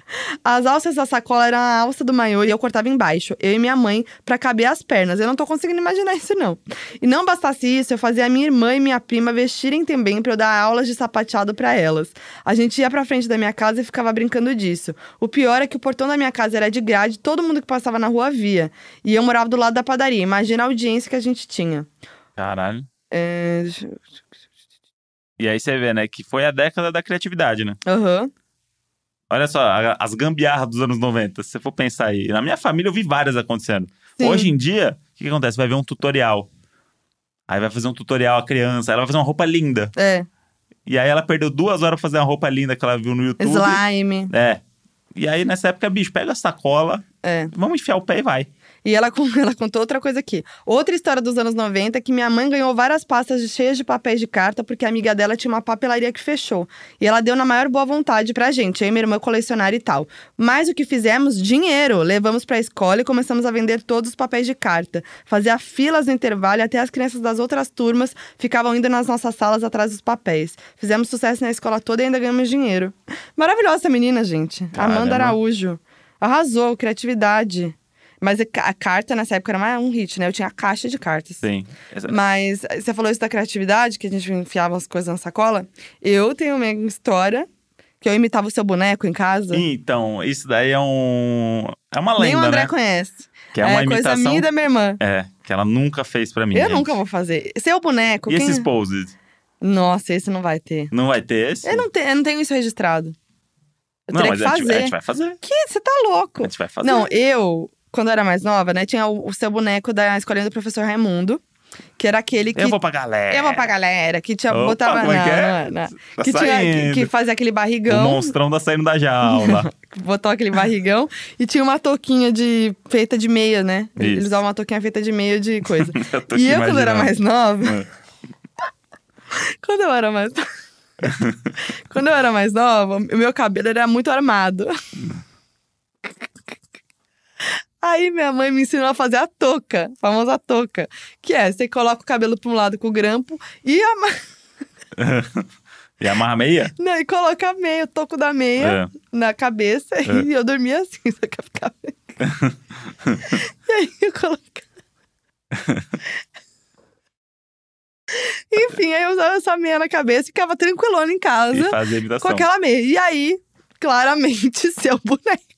As alças da sacola eram a alça do maiô e eu cortava embaixo, eu e minha mãe, pra caber as pernas. Eu não tô conseguindo imaginar isso, não. E não bastasse isso, eu fazia a minha irmã e minha prima vestirem também pra eu dar aulas de sapateado pra elas. A gente ia pra frente da minha casa e ficava brincando disso. O pior é que o portão da minha casa era de grade, todo mundo que passava na rua via. E eu morava do lado da padaria. Imagina a audiência que a gente tinha. Caralho. É, deixa eu- E aí você vê, né, que foi a década da criatividade, né? Aham. Olha só, a- as gambiarras dos anos 90. Se você for pensar aí, na minha família eu vi várias acontecendo. Sim. Hoje em dia, o que, que acontece? Vai ver um tutorial. Aí vai fazer um tutorial a criança, aí ela vai fazer uma roupa linda. É. E aí ela perdeu duas horas pra fazer uma roupa linda que ela viu no YouTube. Slime. É. E aí nessa época, bicho, pega a sacola, É. vamos enfiar o pé e vai. E ela, con- ela contou outra coisa aqui. Outra história dos anos 90 é que minha mãe ganhou várias pastas de- cheias de papéis de carta porque a amiga dela tinha uma papelaria que fechou. E ela deu na maior boa vontade pra gente, eu e minha irmã colecionar e tal. Mas o que fizemos? Dinheiro! Levamos pra escola e começamos a vender todos os papéis de carta. Fazia filas no intervalo e até as crianças das outras turmas ficavam indo nas nossas salas atrás dos papéis. Fizemos sucesso na escola toda e ainda ganhamos dinheiro. Maravilhosa essa menina, gente. Caramba. Amanda Araújo. Arrasou, criatividade. Mas a ca- a carta nessa época era mais um hit, né? Eu tinha a caixa de cartas. Sim. Essa- Mas eh, você falou isso da criatividade, que a gente enfiava as coisas na sacola. Eu tenho uma história que eu imitava o seu boneco em casa. Então, isso daí é um. É uma Nem o lenda, André né? conhece. Que é uma coisa imitação. minha e da minha irmã. É, que ela nunca fez pra mim. eu gente. nunca vou fazer. Seu boneco. E quem- é? esses poses? Nossa, esse não vai ter. Não vai ter esse? Eu não, te- eu não tenho isso registrado. Eu não teria mas é que a, gente, fazer. a gente vai fazer. Que? Você tá louco. A gente vai fazer. Não, eu, quando eu era mais nova, né, tinha o, o seu boneco da escolinha do professor Raimundo, que era aquele que. Eu vou pra galera. Eu vou pra galera, que tinha. Opa, botava. como é que não, é? não, não. Tá que, tinha, que, saindo. que fazia aquele O barrigão, monstrão tá saindo da jaula. botou aquele barrigão e tinha uma touquinha de feita de meia, né? Eles Isso. usavam uma touquinha feita de meia de coisa. Eu tô e aqui eu, quando eu era imaginando. mais nova, quando eu era mais Quando eu era mais nova, o meu cabelo era muito armado. Aí minha mãe me ensinou a fazer a touca, a famosa touca, que é, você coloca o cabelo para um lado com o grampo e a ma- E amarra a meia? não, e coloca a meia, o toco da meia É. na cabeça e eu dormia assim, só que eu ficava E aí eu colocava Enfim, aí eu usava essa meia na cabeça e ficava tranquilona em E casa. fazer a com imitação. aquela meia. E aí, claramente, seu boneco.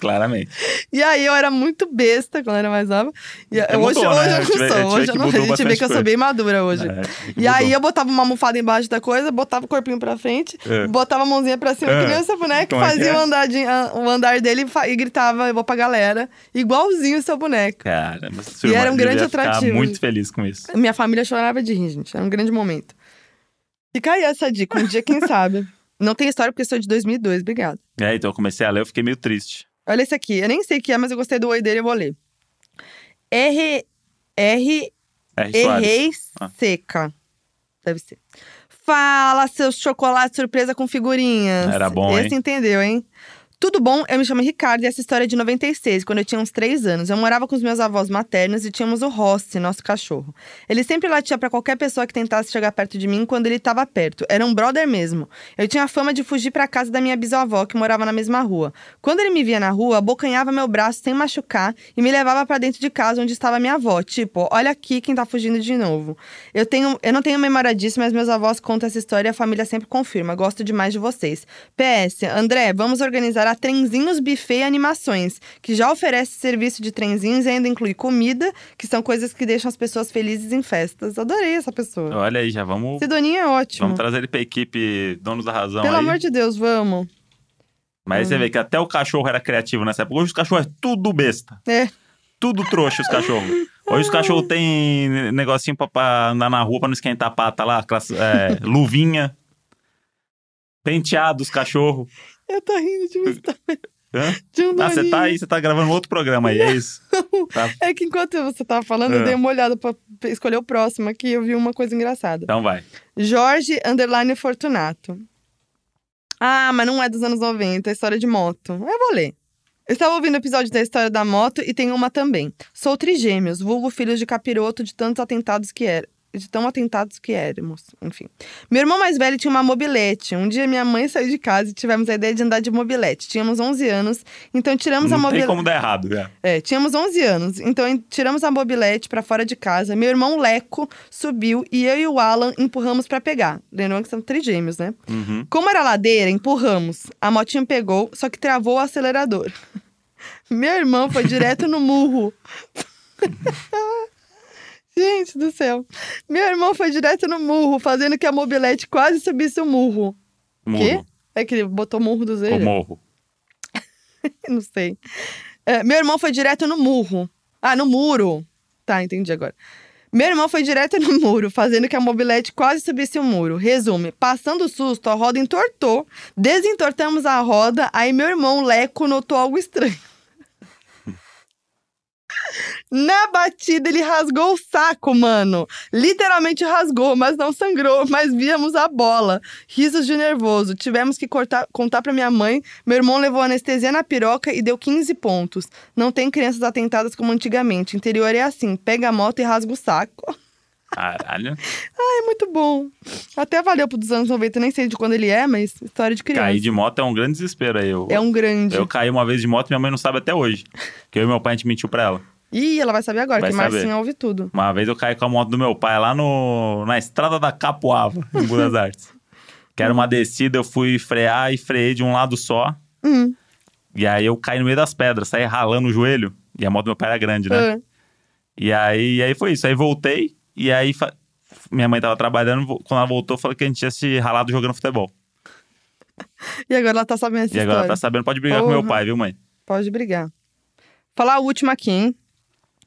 Claramente. E aí, eu era muito besta quando eu era mais nova. E É, hoje, mudou, né? hoje eu A não gente vê- a gente sou. vê Hoje que eu não, a mudou gente vê bastante que eu sou coisa. bem madura hoje. É, E aí mudou. eu botava uma almofada embaixo da coisa, botava o corpinho pra frente, É. botava a mãozinha pra cima, É. que nem o seu boneco, Como é que fazia é? o, andar de- a- o andar dele e fa- e gritava, eu vou pra galera, igualzinho o seu boneco. Cara, mas E era um grande Ficar atrativo. muito feliz com isso. Minha família chorava de rir, gente, era um grande momento. Fica aí essa dica, um dia quem sabe. Não tem história porque sou de 2002, obrigada. E aí, então eu comecei a ler, eu fiquei meio triste. Olha esse aqui. Eu nem sei o que é, mas eu gostei do oi dele, eu vou ler. R. R. R. Soares. Errei Ah. seca. Deve ser. Fala, seus chocolates surpresa com figurinhas. Era bom, Esse hein? entendeu, hein? Tudo bom, eu me chamo Ricardo e essa história é de 96, quando eu tinha uns 3 anos. Eu morava com os meus avós maternos e tínhamos o Rossi, nosso cachorro. Ele sempre latia pra qualquer pessoa que tentasse chegar perto de mim quando ele tava perto. Era um brother mesmo. Eu tinha a fama de fugir pra casa da minha bisavó, que morava na mesma rua. Quando ele me via na rua, abocanhava meu braço sem machucar e me levava pra dentro de casa onde estava minha avó. Tipo, olha aqui quem tá fugindo de novo. Eu, tenho, eu não tenho memória disso, mas meus avós contam essa história e a família sempre confirma. Gosto demais de vocês. PS, André, vamos organizar a Trenzinhos Buffet e Animações, que já oferece serviço de trenzinhos e ainda inclui comida, que são coisas que deixam as pessoas felizes em festas. Adorei essa pessoa. Olha aí, já vamos, Esse doninho é Então, ótimo. vamos trazer ele pra equipe Donos da Razão Pelo aí. amor de Deus, vamos. Mas aí você vê que até o cachorro era criativo nessa época. Hoje os cachorros é tudo besta. É. Tudo trouxa os cachorros. Hoje os cachorros têm negocinho pra, pra andar na rua pra não esquentar a pata lá. classe- é, luvinha. Penteado os cachorros. Eu tô rindo de uma história Hã? de um Ah, você doninho. tá aí, você tá gravando outro programa aí, é isso? Tá. É que enquanto você tava falando, eu É. dei uma olhada pra escolher o próximo aqui e eu vi uma coisa engraçada. Então vai. Jorge Underline Fortunato. Ah, mas não é dos anos 90, é história de moto. Eu vou ler. Eu estava ouvindo o episódio da história da moto e tem uma também. Sou trigêmeos, vulgo filhos de capiroto de tantos atentados que era. De tão atentados que éramos, enfim. Meu irmão mais velho tinha uma mobilete. Um dia minha mãe saiu de casa e tivemos a ideia de andar de mobilete. Tínhamos 11 anos, então tiramos a não mobilete. tem como dar errado, cara. É, tínhamos 11 anos, então em- tiramos a mobilete pra fora de casa. Meu irmão Leco subiu e eu e o Alan empurramos pra pegar. Lembrando que são trigêmeos, né? Uhum. Como era ladeira, empurramos. A motinha pegou, só que travou o acelerador. Meu irmão foi direto no murro. Gente do céu. Meu irmão foi direto no murro, fazendo que a mobilete quase subisse o murro. Murro. É que ele botou murro do Ou zero. morro. Não sei. É, meu irmão foi direto no murro. Ah, no muro. Tá, entendi agora. Meu irmão foi direto no muro, fazendo que a mobilete quase subisse o muro. Resume, passando o susto, a roda entortou, desentortamos a roda, aí meu irmão Leco notou algo estranho. Na batida, ele rasgou o saco, mano. Literalmente rasgou, mas não sangrou, mas víamos a bola. Risos de nervoso. Tivemos que cortar, contar pra minha mãe. Meu irmão levou anestesia na piroca e deu 15 pontos. Não tem crianças atentadas como antigamente. Interior é assim: pega a moto e rasga o saco. Caralho. É muito bom. Até valeu pro dos anos 90, nem sei de quando ele é, mas história de criança. Cair de moto é um grande desespero aí. Eu, É um grande. eu caí uma vez de moto e minha mãe não sabe até hoje. Porque eu e meu pai a gente mentiu pra ela. Ih, ela vai saber agora, Vai que saber. Marcinha ouve tudo. Uma vez eu caí com a moto do meu pai lá no, na estrada da Capoava, em Buenos Artes. Que era uma descida, eu fui frear e freiei de um lado só. Hum. E aí eu caí no meio das pedras, saí ralando o joelho. E a moto do meu pai era grande, né? ah. E aí, e aí foi isso. Aí voltei, e aí fa- minha mãe tava trabalhando. vo- Quando ela voltou, falou que a gente tinha se ralado jogando futebol. E agora ela tá sabendo essa e agora história. ela tá sabendo, pode brigar com Porra. meu pai, viu, mãe? Pode brigar. Falar a última aqui, hein?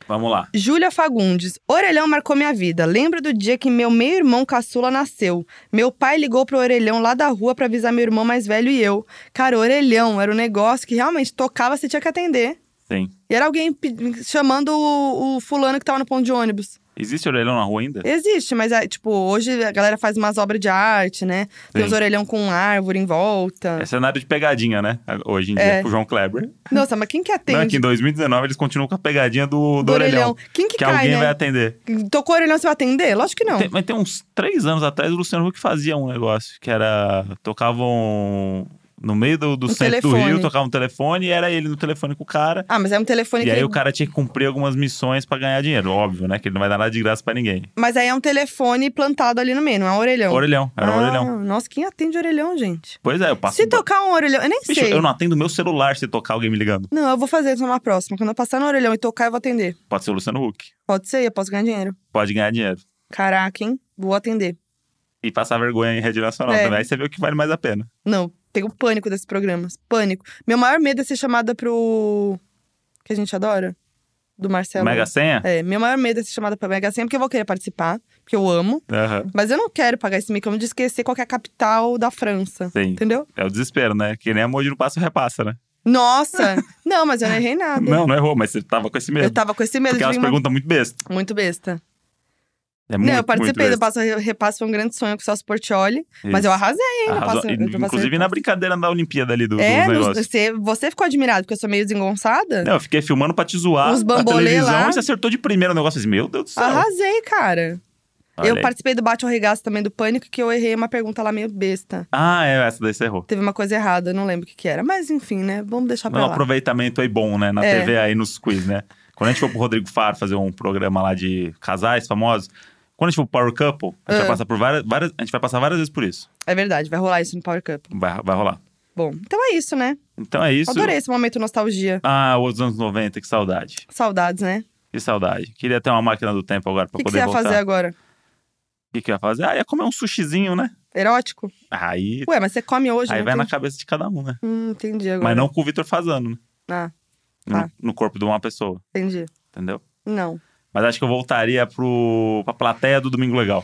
Vamos lá. Júlia Fagundes. Orelhão marcou minha vida. Lembro do dia que meu meio-irmão caçula nasceu. Meu pai ligou pro Orelhão lá da rua pra avisar meu irmão mais velho e eu. Cara, Orelhão era um negócio que realmente tocava, você tinha que atender. Sim. E era alguém pe- chamando o, o fulano que tava no ponto de ônibus. Existe orelhão na rua ainda? Existe, mas é, tipo, hoje a galera faz umas obras de arte, né? Tem Sim. os orelhão com árvore em volta. É cenário de pegadinha, né? Hoje em dia, É. com o João Kleber. Nossa, mas quem que atende? Não, é que em 2019 eles continuam com a pegadinha do, do, Do orelhão. Quem que, Que cai, alguém né? vai atender. Tocou o orelhão, você vai atender? Lógico que não. Tem- mas tem uns três anos atrás, o Luciano Huck fazia um negócio que era. Tocavam. No meio do, do Um centro do telefone. Rio, tocava um telefone e era ele no telefone com o cara. Ah, mas é um telefone E que... aí o cara tinha que cumprir algumas missões pra ganhar dinheiro. Óbvio, né? Que ele não vai dar nada de graça pra ninguém. Mas aí é um telefone plantado ali no meio, não é um orelhão. Orelhão, era um Ah, orelhão. Nossa, quem atende orelhão, gente? Pois é, eu passo. Se tocar um orelhão, eu nem Bicho, sei. eu não atendo meu celular se tocar alguém me ligando. Não, eu vou fazer isso numa próxima. Quando eu passar no orelhão e tocar, eu vou atender. Pode ser o Luciano Huck. Pode ser, eu posso ganhar dinheiro. Pode ganhar dinheiro. Caraca, hein? Vou atender. E passar vergonha em rede nacional É. também. Aí você vê o que vale mais a pena. Não, tenho pânico desses programas. Pânico. Meu maior medo é ser chamada pro. Que a gente adora? Do Marcelo. Mega Senha? É, meu maior medo é ser chamada pra Mega Senha, porque eu vou querer participar, porque eu amo. Aham. Mas eu não quero pagar esse mico, eu de esquecer qual que é a capital da França. Sim. Entendeu? É o desespero, né? Que nem a Moji não passa o repassa, né? Nossa! não, mas eu não errei nada. Não, não errou, mas você tava com esse medo. Eu tava com esse medo Porque de elas vir uma... perguntam muito besta. muito besta. É muito, não, eu participei muito do besta. Passo Repasso, foi um grande sonho com o Celso Portioli. Mas Isso. eu arrasei, hein? no Arrasou. Passo- E, do Passo Inclusive na Repasso. brincadeira da Olimpíada ali do, É, dos nos- negócios. você, você ficou admirado, porque eu sou meio desengonçada? Não, eu fiquei filmando pra te zoar Os na bambolê televisão lá. e você acertou de primeiro o negócio. Eu disse, Meu Deus do céu. Arrasei, cara. Olha eu aí. participei do Bate ou Regaço também, do Pânico, que eu errei uma pergunta lá meio besta. Ah, é, essa daí você errou. Teve uma coisa errada, eu não lembro o que que era. Mas enfim, né? Vamos deixar pra Um lá. aproveitamento aí bom, né? Na É. TV aí nos quiz, né? Quando a gente for pro Rodrigo Faro fazer um programa lá de casais famosos, quando a gente for pro Power Couple, a gente Ah. vai passar por várias, várias- A gente vai passar várias vezes por isso. É verdade, vai rolar isso no Power Cup. Vai, vai rolar. Bom, então é isso, né? Então é isso. Adorei esse momento nostalgia. Ah, os anos 90, que saudade. Saudades, né? Que saudade. Queria ter uma máquina do tempo agora O pra que, que poder você ia voltar. fazer agora? O que, que eu ia fazer? Ah, ia comer um sushizinho, né? Erótico? Aí, Ué, mas você come hoje, aí não vai tem- na cabeça de cada um, né? Hum, entendi agora. Mas não com o Vitor Fazano, né? Ah, No- Tá. No corpo de uma pessoa, entendi. entendeu? Não. Mas acho que eu voltaria pro, pra plateia do Domingo Legal.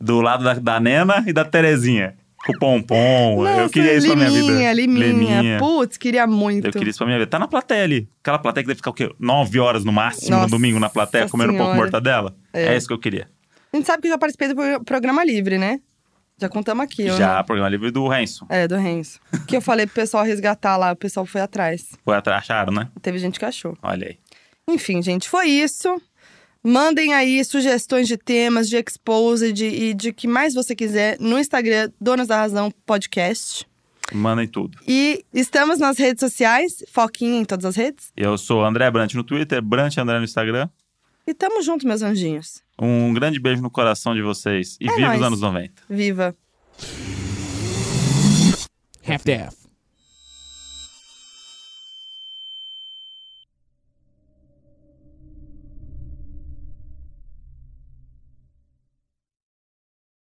do lado da, da Nena e da Terezinha. Com o Pompom. eu Nossa, queria isso pra minha vida. Liminha, Liminha. Liminha. Putz, queria muito. Eu queria isso pra minha vida. Tá na plateia ali. Aquela plateia que deve ficar o quê? Nove horas no máximo, no Nossa domingo, na plateia, comendo um pouco de Senhora. mortadela. É. É. isso que eu queria. A gente sabe que eu já participei do pro- programa livre, né? Já contamos aqui. eu Já, não- programa livre do Renzo. É, do Renzo. que eu falei pro pessoal resgatar lá, o pessoal foi atrás. Foi atrás, acharam, né? Teve gente que achou. Olha aí. Enfim, gente, foi isso. Mandem aí sugestões de temas, de exposed e de que mais você quiser no Instagram, Donas da Razão Podcast. Mandem tudo. E estamos nas redes sociais, Foquinha em todas as redes. Eu sou André Brant no Twitter, Brant André no Instagram. E tamo junto, meus anjinhos. Um grande beijo no coração de vocês. E viva os nóis. anos 90. Viva! half-daff.